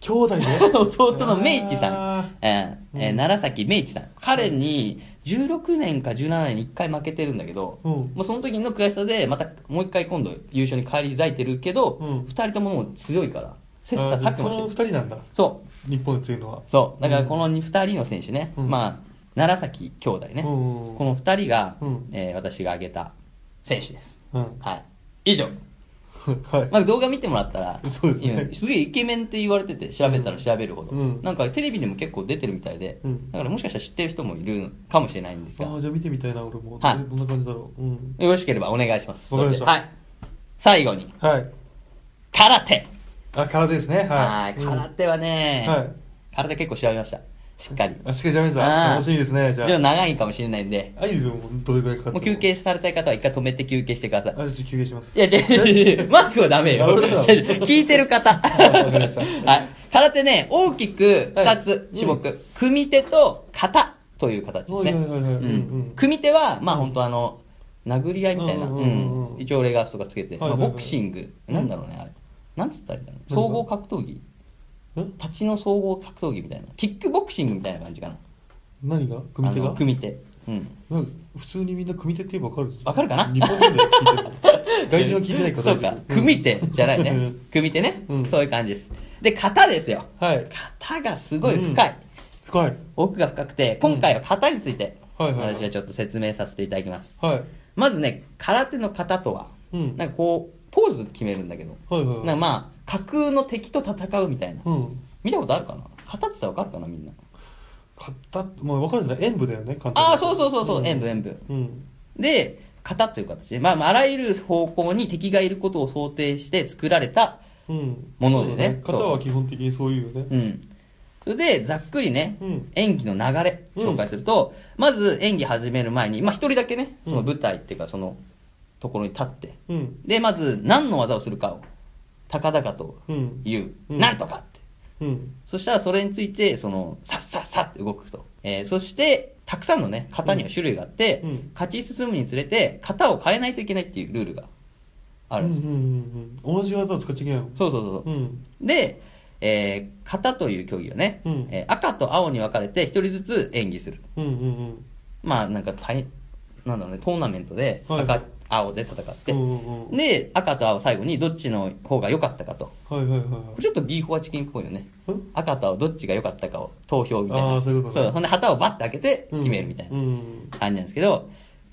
Speaker 2: 兄弟ね。
Speaker 3: 弟の明治さ
Speaker 2: あ
Speaker 3: ん、えーえー楢崎明治さん彼に16年か17年に1回負けてるんだけど、
Speaker 2: うん
Speaker 3: もうその時の悔しさでまたもう1回今度優勝に返り咲いてるけど、
Speaker 2: うん
Speaker 3: 2人とももう強いから切
Speaker 2: あ
Speaker 3: 磋
Speaker 2: ーじゃあ
Speaker 3: 琢
Speaker 2: そ
Speaker 3: 磨
Speaker 2: の
Speaker 3: し
Speaker 2: 二
Speaker 3: てる
Speaker 2: 人なんだ。
Speaker 3: そう
Speaker 2: 日本で強いのは。
Speaker 3: そう。だからこの2人の選手ね、
Speaker 2: うん
Speaker 3: まあ、楢崎兄弟ね、
Speaker 2: うん
Speaker 3: この2人が、
Speaker 2: うん
Speaker 3: えー私が挙げた選手です。
Speaker 2: うん。
Speaker 3: はい。以上。
Speaker 2: はい。
Speaker 3: まあ、動画見てもらったら、
Speaker 2: そうですね
Speaker 3: いいすげえイケメンって言われてて、調べたら調べるほど。
Speaker 2: うん
Speaker 3: なんかテレビでも結構出てるみたいで、
Speaker 2: うん
Speaker 3: だからもしかしたら知ってる人もいるかもしれないんですが、
Speaker 2: ああ、じゃあ見てみたいな、俺も。
Speaker 3: はい
Speaker 2: どんな感じだろう。うん。
Speaker 3: よろしければお願いします。
Speaker 2: わかりました
Speaker 3: それではい。最後に、
Speaker 2: はい。
Speaker 3: 空手。
Speaker 2: あ、空手ですね。
Speaker 3: は。
Speaker 2: はいい。
Speaker 3: 空手はね、
Speaker 2: はい
Speaker 3: 空手結構調べました。しっかり。
Speaker 2: うん。あ、しっかりじゃめま
Speaker 3: あー
Speaker 2: 楽しみですね、じゃあ。
Speaker 3: ちょっと長いかもしれないんで、
Speaker 2: あ、いいですよ、もうどれくらいかかって
Speaker 3: もう休。憩されたい方は一回止めて休憩してください
Speaker 2: あ、。じゃあちょっと休憩します。
Speaker 3: いや、違う違う違う。マークはダメよ。
Speaker 2: あ俺だ
Speaker 3: 違う違う (laughs) 聞いてる方。
Speaker 2: かりました
Speaker 3: (laughs) はい。空手ね、大きく二
Speaker 2: は
Speaker 3: つ
Speaker 2: い
Speaker 3: 種目。組手と型という形ですね。
Speaker 2: はいはいはいはいうん
Speaker 3: うん
Speaker 2: うん
Speaker 3: 組手は、まあ本当あの、殴り合いみたいな。
Speaker 2: う
Speaker 3: うん
Speaker 2: うんうんうん
Speaker 3: ん一応レガースとかつけて。
Speaker 2: はい
Speaker 3: ま
Speaker 2: は
Speaker 3: あ
Speaker 2: いはい
Speaker 3: ボクシング。なんだろうね、あれ。なんつったらいいんだろう。
Speaker 2: なんだろ
Speaker 3: 総
Speaker 2: う
Speaker 3: 合格闘技。
Speaker 2: ん
Speaker 3: 立ちの総合格闘技みたいな。キックボクシングみたいな感じかな。
Speaker 2: 何が組手
Speaker 3: あ
Speaker 2: が
Speaker 3: の組手。うん。
Speaker 2: なんか普通にみんな組手って言えばわかる
Speaker 3: わかるかな
Speaker 2: 日本人
Speaker 3: (laughs)
Speaker 2: で聞いてる。外人は聞いてないから
Speaker 3: そう
Speaker 2: 大丈
Speaker 3: か
Speaker 2: 夫。
Speaker 3: 組手じゃないね
Speaker 2: うん。
Speaker 3: 組手ね
Speaker 2: うん。
Speaker 3: そういう感じです。で、型ですよ。
Speaker 2: はい。
Speaker 3: 型がすごい深い。
Speaker 2: 深い。
Speaker 3: 奥が深くて、今回は型について、
Speaker 2: はいはいはい
Speaker 3: 私はちょっと説明させていただきます。
Speaker 2: はい。
Speaker 3: まずね、空手の型とは、
Speaker 2: うん
Speaker 3: なんかこう、ポーズ決めるんだけど、
Speaker 2: はいはいはい
Speaker 3: なんかまあ、架空の敵と戦うみたいな。
Speaker 2: うん。
Speaker 3: 見たことあるかな型ってさ、わかるかなみんな。
Speaker 2: 買った、まあ分かるんじゃない演舞だよね、簡単に
Speaker 3: ああ、そうそうそうそう、演武演武。
Speaker 2: うん。
Speaker 3: で、型という形で、まあ、まああらゆる方向に敵がいることを想定して作られた、
Speaker 2: うん。
Speaker 3: ものでね
Speaker 2: そうだ型は基本的にそういうよね。
Speaker 3: うん。それで、ざっくりね、
Speaker 2: うん
Speaker 3: 演技の流れ、
Speaker 2: うん
Speaker 3: 紹介すると、まず演技始める前に、まあ、一人だけね、その舞台っていうか、その、ところに立って、
Speaker 2: うん。
Speaker 3: で、まず、何の技をするかを、高々と
Speaker 2: うん。
Speaker 3: 言う。
Speaker 2: うん
Speaker 3: なんとかって。
Speaker 2: うん。
Speaker 3: そしたら、それについて、その、さっさっさって動くと。えーそして、たくさんのね、型には種類があって、
Speaker 2: うん
Speaker 3: 勝ち進むにつれて、型を変えないといけないっていうルールがあ
Speaker 2: う
Speaker 3: る
Speaker 2: ん
Speaker 3: ん
Speaker 2: う
Speaker 3: です
Speaker 2: ん
Speaker 3: よ。
Speaker 2: うんうん。同じ技を使っちゃいけないの。
Speaker 3: そうそうそうそう。
Speaker 2: うん。
Speaker 3: で、えー型という競技はね、
Speaker 2: うん
Speaker 3: えー赤と青に分かれて一人ずつ演技する。
Speaker 2: うんうんうん。
Speaker 3: まあなんか大、なんだろうね、トーナメントで
Speaker 2: はい
Speaker 3: 赤、青で戦って、
Speaker 2: うんうんうん。
Speaker 3: で、赤と青最後にどっちの方が良かったかと。
Speaker 2: はいはいはい
Speaker 3: これちょっとビーフォアチキンっぽいよね。
Speaker 2: はい。ん
Speaker 3: 赤と青どっちが良かったかを投票みたいな。
Speaker 2: あーそういうことね
Speaker 3: ほんで旗をバッて開けて決めるみたいな
Speaker 2: うん。
Speaker 3: 感じなんですけど、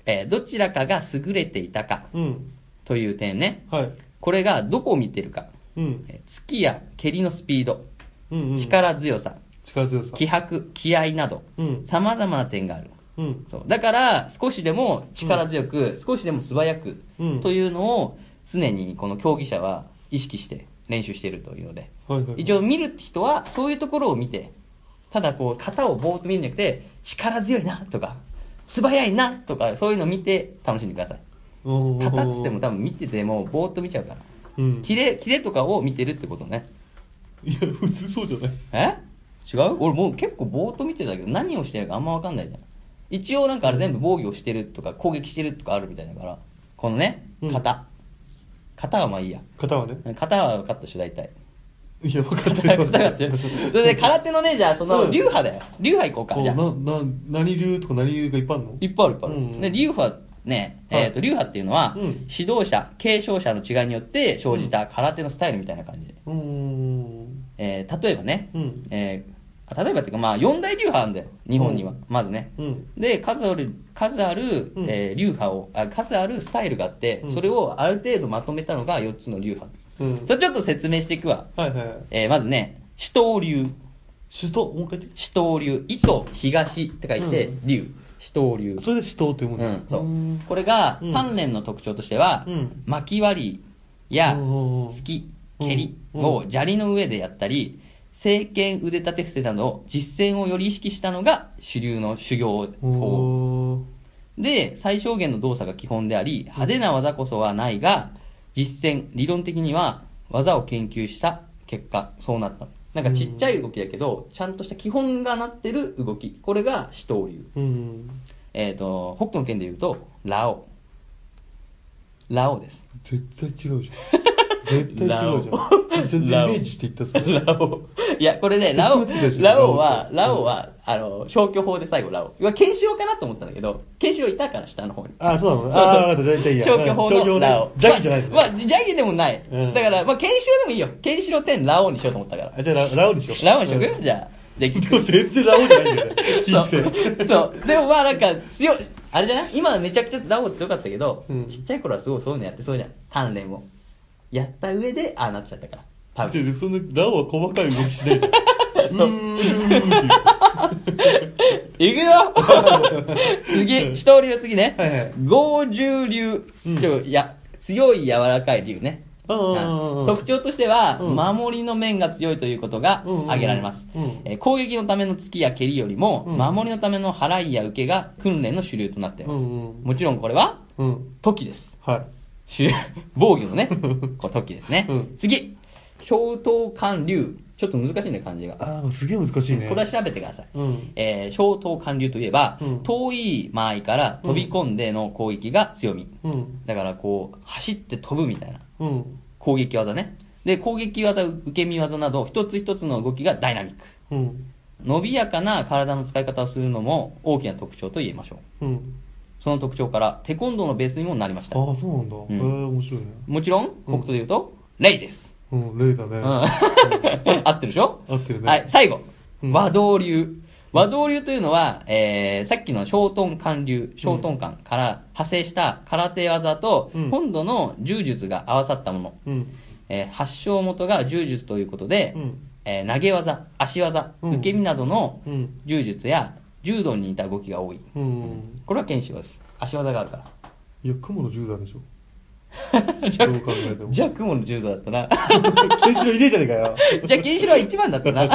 Speaker 3: えーどちらかが優れていたか
Speaker 2: うん。
Speaker 3: という点ね。
Speaker 2: はい。
Speaker 3: これがどこを見てるか。
Speaker 2: うん。
Speaker 3: えー月や蹴りのスピード、
Speaker 2: うんうん。。
Speaker 3: 力強さ、
Speaker 2: 力強さ。
Speaker 3: 気迫、気合など、
Speaker 2: うん。
Speaker 3: さまざまな点がある。
Speaker 2: うん。
Speaker 3: そうだから、少しでも力強く、少しでも素早く、
Speaker 2: うん
Speaker 3: というのを常にこの競技者は意識して練習しているというので、
Speaker 2: はいはいはい。
Speaker 3: 一応見る人はそういうところを見て、ただこう、型をぼーっと見るんじゃなくて、力強いなとか、素早いなとか、そういうのを見て楽しんでください。
Speaker 2: おー、
Speaker 3: 型っつっても多分見ててもぼーっと見ちゃうから。
Speaker 2: うん。
Speaker 3: キレ、キレとかを見てるってことね。
Speaker 2: いや、普通そうじゃな
Speaker 3: え
Speaker 2: い。
Speaker 3: 違う俺もう結構ぼーっと見てたけど何をしてるかあんま分かんないじゃん一応なんかあれ全部防御してるとか攻撃してるとかあるみたいだからこのね
Speaker 2: うん
Speaker 3: 型、型はまあいいや
Speaker 2: 型はね。
Speaker 3: 型は分かったし大体
Speaker 2: いや、分かった
Speaker 3: 型
Speaker 2: よ。
Speaker 3: が強いそれで空手のねじゃあその
Speaker 2: うん
Speaker 3: 流派だよ流派行こうか
Speaker 2: お
Speaker 3: じゃあ
Speaker 2: な、な、何流とか何流がいっぱいあるの
Speaker 3: いっぱいあるいっぱいある、
Speaker 2: うん
Speaker 3: で流派ね、
Speaker 2: はい
Speaker 3: えー、と流派っていうのは、
Speaker 2: うん
Speaker 3: 指導者継承者の違いによって生じた空手のスタイルみたいな感じで、
Speaker 2: うーん。
Speaker 3: えー例えばね、
Speaker 2: うん
Speaker 3: えーあ例えばっていうかまあ四大流派あるんだよ日本には、
Speaker 2: うん
Speaker 3: まずね、
Speaker 2: うん。
Speaker 3: で数ある数ある、
Speaker 2: うん
Speaker 3: えー流派をあ数あるスタイルがあって、
Speaker 2: うん
Speaker 3: それをある程度まとめたのが4つの流派
Speaker 2: うん。
Speaker 3: それちょっと説明していくわ、
Speaker 2: はいはい。
Speaker 3: えーまずね四刀流
Speaker 2: 首都、もう一回言って。
Speaker 3: 四刀流糸東って書いて、
Speaker 2: う
Speaker 3: 流四刀流
Speaker 2: それで首都って読む
Speaker 3: う
Speaker 2: の
Speaker 3: ん、そう
Speaker 2: ーん
Speaker 3: うこれが
Speaker 2: うん
Speaker 3: 鍛錬の特徴としては、
Speaker 2: うん
Speaker 3: 巻き割りや
Speaker 2: うんうんうん
Speaker 3: 突き
Speaker 2: うん
Speaker 3: 蹴りを砂利の上でやったり正拳腕立て伏せなど実践をより意識したのが主流の修行法
Speaker 2: おー。
Speaker 3: で最小限の動作が基本であり派手な技こそはないが実践理論的には技を研究した結果そうなったなんかちっちゃい動きだけど、ちゃんとした基本がなってる動きこれが死闘流
Speaker 2: うん。
Speaker 3: えっ、と北斗の拳で言うとラオラオです
Speaker 2: 絶対違うじ
Speaker 3: (laughs)
Speaker 2: ゃん。絶対違うじゃん。全然イメージしていったそれ。
Speaker 3: ラオいやこれね (laughs) ラオ
Speaker 2: 別のやつでしょ
Speaker 3: ラオは
Speaker 2: ラ
Speaker 3: ラ
Speaker 2: オ
Speaker 3: オは、あの消去法で最後ラオいやケンシロウかなと思ったんだけどケンシロウいたから下の方に
Speaker 2: あ、そうなの
Speaker 3: そう
Speaker 2: あー、わかった。じゃあ、じゃあいいや。
Speaker 3: 消去法のラオ。
Speaker 2: ねジャギじゃないのね
Speaker 3: まあ、まあジャギでもない。
Speaker 2: うん
Speaker 3: だから、まあ、ケンシロウでもいいよ。ケンシロウ10ラオウにしようと思ったから。
Speaker 2: あじゃあラ、ラオにしよう。
Speaker 3: ラオウにしよう
Speaker 2: う
Speaker 3: か
Speaker 2: ん
Speaker 3: じゃあ。で、
Speaker 2: でも全然ラオじゃないんだよね。
Speaker 3: そ
Speaker 2: 人生。
Speaker 3: う。そう。でもまあなんか強い、あれじゃない今めちゃくちゃラオウ強かったけど、
Speaker 2: うん
Speaker 3: ちっちゃい頃はすごいそういうのやってそうじゃん。鍛錬を。やった上で、ああなっちゃったから。多分。
Speaker 2: 違う違うそんな、ラオは細かい動きし
Speaker 3: (laughs)
Speaker 2: ないで。うーん、うーんっていう。
Speaker 3: いくよ次、一人の次ね。
Speaker 2: はいはい
Speaker 3: 合流流、
Speaker 2: うん
Speaker 3: ちょいや、強い柔らかい流ね。
Speaker 2: うんうんうんうん
Speaker 3: 特徴としては、
Speaker 2: うん
Speaker 3: 守りの面が強いということが
Speaker 2: うんうんうん
Speaker 3: 挙げられます、
Speaker 2: うん
Speaker 3: えー攻撃のための突きや蹴りよりも、
Speaker 2: うん
Speaker 3: 守りのための払いや受けが訓練の主流となっています、
Speaker 2: うんうん
Speaker 3: もちろんこれは
Speaker 2: うん。
Speaker 3: 時です
Speaker 2: はい。
Speaker 3: 主流防御の
Speaker 2: (laughs)
Speaker 3: ねこう時ですね、
Speaker 2: うん
Speaker 3: 次小刀貫流ちょっと難しいね漢字が
Speaker 2: ああ、すげえ難しいね。
Speaker 3: これは調べてください。
Speaker 2: うん
Speaker 3: えー、小刀貫流といえば、
Speaker 2: うん
Speaker 3: 遠い間合いから飛び込んでの攻撃が強み。
Speaker 2: うん。
Speaker 3: だからこう、走って飛ぶみたいな
Speaker 2: うん。
Speaker 3: 攻撃技ね。で、攻撃技、受け身技など、一つ一つの動きがダイナミック。
Speaker 2: うん。
Speaker 3: 伸びやかな体の使い方をするのも大きな特徴と言えましょう。
Speaker 2: うん。
Speaker 3: その特徴から、テコンドーのベースにもなりました。
Speaker 2: ああ、そうなんだ。へえ、面白いね。
Speaker 3: もちろん、北斗で言うと、レイです。
Speaker 2: うん、例だね。
Speaker 3: うん。 (laughs) 合ってるでしょ
Speaker 2: 合ってるね
Speaker 3: はい、最後。
Speaker 2: うん
Speaker 3: 和道流。和道流というのは、えー、さっきの小遁貫流、小遁貫から派生した空手技と
Speaker 2: うん、
Speaker 3: 本土の柔術が合わさったもの。
Speaker 2: うん。
Speaker 3: えー発祥元が柔術ということで、
Speaker 2: うん
Speaker 3: えー投げ技、足技、
Speaker 2: うん
Speaker 3: 受け身などの
Speaker 2: うん
Speaker 3: 柔術や柔道に似た動きが多い。
Speaker 2: うん。
Speaker 3: これは剣士です。足技があるから。
Speaker 2: いや、雲の十座でしょ。
Speaker 3: じゃあ
Speaker 2: (laughs) どう考えても
Speaker 3: じゃあ、雲の十座だったな。 (laughs)
Speaker 2: ケンシロウいねえじゃねえかよ。
Speaker 3: じゃあ、ケンシロウは一番だったな。じ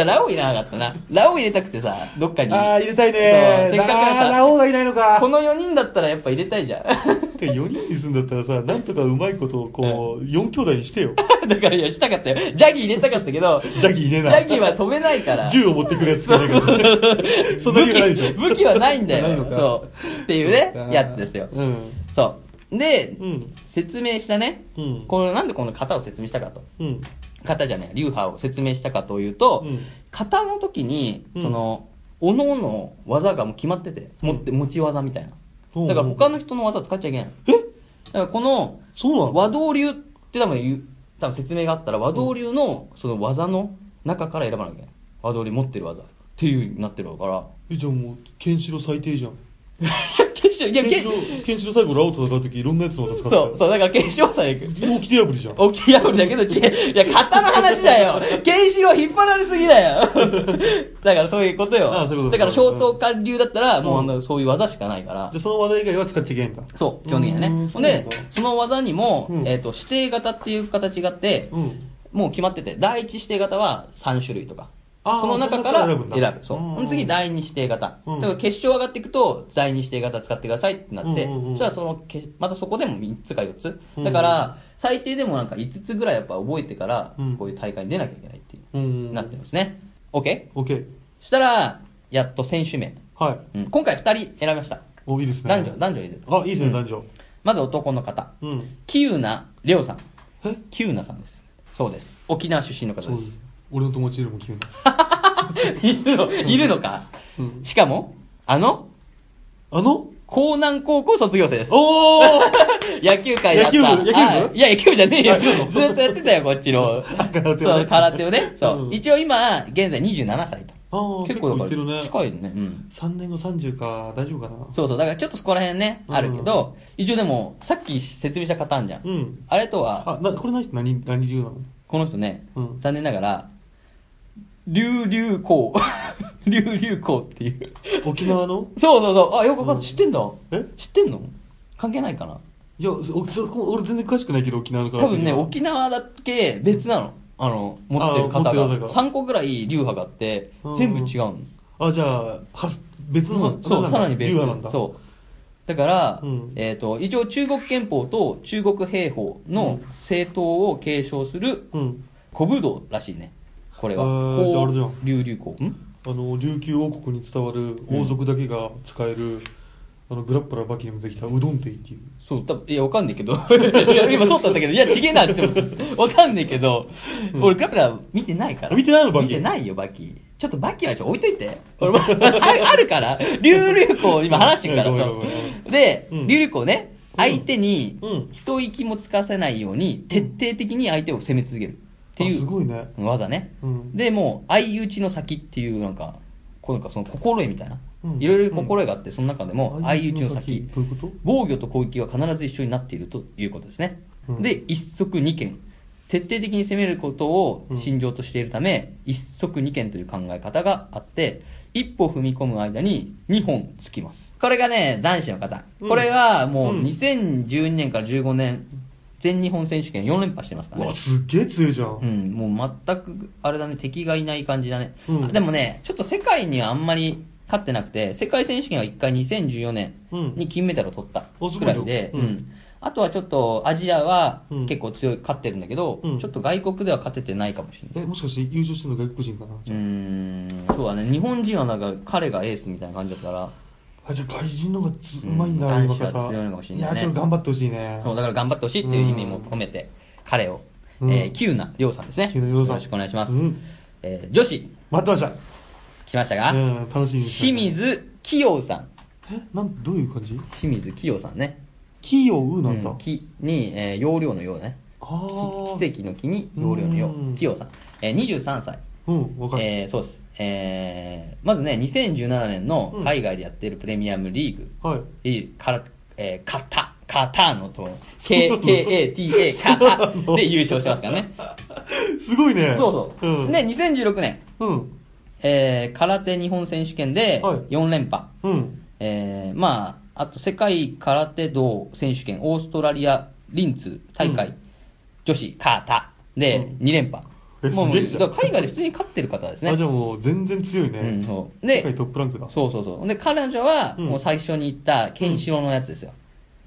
Speaker 3: ゃあ、ラオウいらなかったな。ラオウ入れたくてさ、どっかに。
Speaker 2: (laughs) ああ、入れたい
Speaker 3: そ
Speaker 2: ね
Speaker 3: うせっかくだった
Speaker 2: あーラオウがいないのか。
Speaker 3: (laughs) この4人だったらやっぱ入れたいじゃん。 (laughs) だ
Speaker 2: て4人にすんだったらさ、なんとかうまいことをこう、4兄弟に (laughs) してよ。
Speaker 3: から、いや、したかったよ。ジャギー入れたかったけど、
Speaker 2: ジャギーいねえ
Speaker 3: ジ
Speaker 2: な。
Speaker 3: ャギーは止めないから。
Speaker 2: 銃を持ってくるやつ少ないからね。 (laughs) そんな理由ないでし
Speaker 3: 武
Speaker 2: ょ。
Speaker 3: 器武器はないんだ
Speaker 2: ない
Speaker 3: よ
Speaker 2: の。か
Speaker 3: そう。っていうね
Speaker 2: そっ、か
Speaker 3: やつですよ。
Speaker 2: うん。
Speaker 3: そう。で、
Speaker 2: うん。
Speaker 3: 説明したね。
Speaker 2: うん
Speaker 3: このなんでこの型を説明したかと。
Speaker 2: うん。
Speaker 3: 型じゃない、流派を説明したかというと、
Speaker 2: うん
Speaker 3: 型の時に、
Speaker 2: うん
Speaker 3: その、おのおの技がもう決まってて、持って、持ち技みたい
Speaker 2: うんうん
Speaker 3: な。だから他の人の技使っちゃいけないの。えだからこの、
Speaker 2: そうなの
Speaker 3: 和道流って多分言う、多分説明があったら和道流のその技の中から選ばなきゃいけない。和道流持ってる技っていうになってる
Speaker 2: (laughs)
Speaker 3: から。
Speaker 2: え、じゃあもう、ケンシロウ最低じゃん。
Speaker 3: 決勝、い
Speaker 2: ケ
Speaker 3: や、
Speaker 2: ン
Speaker 3: け
Speaker 2: シロウ、ケンシロウ最後ラオウと戦うときいろんなやつの技使ってた
Speaker 3: そう、そう、だから決勝さ、
Speaker 2: う。起きて破りじゃん。
Speaker 3: 起き破り
Speaker 2: (laughs)
Speaker 3: だけど、ちいや、型の話だよケンシロウ引っ張られすぎだよ (laughs) だからそういうことよ。
Speaker 2: ああそういうこと
Speaker 3: だから
Speaker 2: そうい
Speaker 3: 小
Speaker 2: うこと
Speaker 3: 東貫流だったら、もうあの、そういう技しかないから
Speaker 2: で、。その技以外は使っちゃいけないんだ。
Speaker 3: そう、基本的には
Speaker 2: うーん
Speaker 3: ね。
Speaker 2: そ
Speaker 3: ほ
Speaker 2: うんなん
Speaker 3: で
Speaker 2: だ、
Speaker 3: その技にも
Speaker 2: う、ん
Speaker 3: えっと、指定型っていう形があって、
Speaker 2: うん。
Speaker 3: もう決まってて、第一指定型は3種類とか。
Speaker 2: あー
Speaker 3: その中から
Speaker 2: その中から選ぶんだ
Speaker 3: 選ぶ。
Speaker 2: うんう
Speaker 3: そ
Speaker 2: ん
Speaker 3: う。次、第二指定型。
Speaker 2: うん
Speaker 3: だから決勝上がっていくと、第二指定型使ってくださいってなって、
Speaker 2: うんうんうん
Speaker 3: そしたらそのけ、またそこでも3つか4つ。
Speaker 2: うん
Speaker 3: だから、最低でもなんか5つぐらいやっぱ覚えてから
Speaker 2: うん、
Speaker 3: こういう大会に出なきゃいけないっていうう、
Speaker 2: ん。
Speaker 3: なってますね。OK?
Speaker 2: オッケー。
Speaker 3: したら、やっと選手名。
Speaker 2: はい。
Speaker 3: うん今回2人選びました。
Speaker 2: お、いいですね。
Speaker 3: 男女、男女入れる。
Speaker 2: あ、いいですね、男女。
Speaker 3: まず男の方。
Speaker 2: うん。
Speaker 3: キウナ・レオさん。
Speaker 2: え
Speaker 3: キウナさんです。そうです。沖縄出身の方
Speaker 2: そう
Speaker 3: で。
Speaker 2: ですす。俺の友達よりも急な。
Speaker 3: いるの、いるのか。
Speaker 2: うん
Speaker 3: しかも、あの、
Speaker 2: あの
Speaker 3: 江南高校卒業生です。
Speaker 2: おー
Speaker 3: 野球界だった。
Speaker 2: 野球部野球部
Speaker 3: あいや、野球部じゃねえよ。
Speaker 2: あ
Speaker 3: ず
Speaker 2: 違うの
Speaker 3: っとやってたよ、こっちの。
Speaker 2: 空手をね
Speaker 3: そう、空手をね。そうう。
Speaker 2: ん
Speaker 3: 一応今、現在27歳と。
Speaker 2: あー
Speaker 3: 結構だ
Speaker 2: 結構いってる
Speaker 3: から、
Speaker 2: ね
Speaker 3: 近いね。うん。
Speaker 2: 3年後30か、大丈夫かな
Speaker 3: そうそう。だからちょっとそこら辺ね、
Speaker 2: うん
Speaker 3: あるけど、一応でも、さっき説明した方あんじゃん。
Speaker 2: うん。
Speaker 3: あれとは、
Speaker 2: あ、な、これ何、何、何流なの
Speaker 3: この人ね
Speaker 2: うん、
Speaker 3: 残念ながら、竜竜 (laughs) 校。竜竜校っていう。
Speaker 2: 沖縄の
Speaker 3: そうそうそう。あ、よくわかった。知ってんだ。
Speaker 2: え
Speaker 3: 知ってんの関係ないかない
Speaker 2: や、そおそこ、俺全然詳しくないけど、沖縄の
Speaker 3: 多分ね、
Speaker 2: 沖
Speaker 3: 沖縄だけ別なの。あの、持ってる方
Speaker 2: あ持ってる方
Speaker 3: が。
Speaker 2: が
Speaker 3: 3個ぐらい流派があって
Speaker 2: うん、
Speaker 3: 全部違うの。
Speaker 2: あ、じゃあ、はす別の、
Speaker 3: うんそう、
Speaker 2: なん
Speaker 3: さ
Speaker 2: だ
Speaker 3: らに別
Speaker 2: 流派なんだ。
Speaker 3: そう。だから
Speaker 2: うん、
Speaker 3: えっと、一応中国憲法と中国兵法の政党を継承する
Speaker 2: うん。
Speaker 3: 古武道らしいね。これは
Speaker 2: へーじゃああれじゃん。
Speaker 3: 流流行。ん
Speaker 2: あの、琉球王国に伝わる王族だけが使える、あの、グラッパラバキにもできたうどん亭っていう。
Speaker 3: そう、多分いや、わかんないけど。 (laughs) いや、今、そうだったけど、いや、ちげえなって思って。わかんないけど、俺、グラップラー見てないから。
Speaker 2: 見てないのバキ
Speaker 3: 見てないよ、バキ。ちょっとバキはちょ置いといて。俺もある、 (laughs) あるから。竜流行、今話してるから
Speaker 2: うん
Speaker 3: さ
Speaker 2: ごめんごめんご。
Speaker 3: で、
Speaker 2: うん
Speaker 3: 竜流行ね、相手に
Speaker 2: うん、
Speaker 3: 一息もつかせないように、徹底的に相手を攻め続ける。ってい
Speaker 2: あす
Speaker 3: う
Speaker 2: ごいね。
Speaker 3: 技ね。
Speaker 2: うん
Speaker 3: で、もう、相打ちの先っていう、なんか、こうなんかその心得みたいな
Speaker 2: う。ん
Speaker 3: いろいろ心得があって、その中でも、相打ちの先。
Speaker 2: どういうこと
Speaker 3: 防御と攻撃は必ず一緒になっているということですね、
Speaker 2: うん
Speaker 3: で一足二剣徹底的に攻めることを信条としているため、一足二剣という考え方があって一歩踏み込む間に二本つきますこれがね男子の方、
Speaker 2: うん
Speaker 3: これはもううん2012年から15年全日本選手権4連覇してますから
Speaker 2: うわ、
Speaker 3: ね
Speaker 2: すっげえ強いじゃん。
Speaker 3: うん、もう全く、あれだね、敵がいない感じだね、
Speaker 2: うん
Speaker 3: あでもね、ちょっと世界にはあんまり勝ってなくて、世界選手権は1回2014年に金メダルを取った
Speaker 2: うんあす
Speaker 3: く
Speaker 2: ごい
Speaker 3: ら
Speaker 2: じゃん
Speaker 3: いで、
Speaker 2: う
Speaker 3: うんんあとはちょっとアジアは
Speaker 2: うん
Speaker 3: 結構強い、勝ってるんだけど、
Speaker 2: うん
Speaker 3: ちょっと外国では勝ててないかもしれない。
Speaker 2: え、もしかして優勝してるの外国人かな
Speaker 3: うーん、そうだね、日本人はなんか彼がエースみたいな感じだったから、
Speaker 2: あ、じゃあ外人の方がつう
Speaker 3: うん
Speaker 2: まいんだ、
Speaker 3: 男
Speaker 2: 今
Speaker 3: 子は
Speaker 2: 方。
Speaker 3: 強いのかもしれないね
Speaker 2: や、ちょっと頑張ってほしいね。
Speaker 3: そうだから頑張ってほしいっていう意味も込めて、彼を、
Speaker 2: うん
Speaker 3: えー、キューナりょうさんですね。
Speaker 2: キウナりょう
Speaker 3: よ
Speaker 2: さん
Speaker 3: ろしくお願いします。
Speaker 2: うん
Speaker 3: えー女子、
Speaker 2: 待ってました。
Speaker 3: 来ましたが、
Speaker 2: うん、楽しみですね
Speaker 3: 清。水清さん。
Speaker 2: え、なん、どういう感じ
Speaker 3: 清水清さんね。
Speaker 2: キーをうな
Speaker 3: うん
Speaker 2: だ。
Speaker 3: ん、木に、えー、容量のようね。
Speaker 2: あ
Speaker 3: き
Speaker 2: ー
Speaker 3: 奇跡の木に容量のよ
Speaker 2: うん
Speaker 3: う。清さん。えー、23歳。
Speaker 2: うん、わかる。
Speaker 3: えー、そうです。えー、まずね、2017年の
Speaker 2: うん
Speaker 3: 海外でやってるプレミアムリーグ、
Speaker 2: はい。
Speaker 3: いいから、えー、カタ、カタのと、KKATA、カ
Speaker 2: (laughs)
Speaker 3: タで優勝してますからね。
Speaker 2: すごいね。
Speaker 3: そうそう。
Speaker 2: ん。
Speaker 3: で、2016年、
Speaker 2: うん。
Speaker 3: えー、空手日本選手権で
Speaker 2: はい
Speaker 3: 4連覇。
Speaker 2: うん。
Speaker 3: えー、まあ、あと世界空手道選手権オーストラリアリンツ大会、女子カータで2連覇。
Speaker 2: え
Speaker 3: もう
Speaker 2: すげえじゃん
Speaker 3: だから海外で普通に勝ってる方ですね。
Speaker 2: あ、じゃあもう全然強いね。
Speaker 3: うん、そう。
Speaker 2: 世
Speaker 3: で
Speaker 2: 界、トップランクだ。
Speaker 3: そうそうそう。で、彼女は、
Speaker 2: うん
Speaker 3: もう最初に言った、ケンシロウのやつですよ。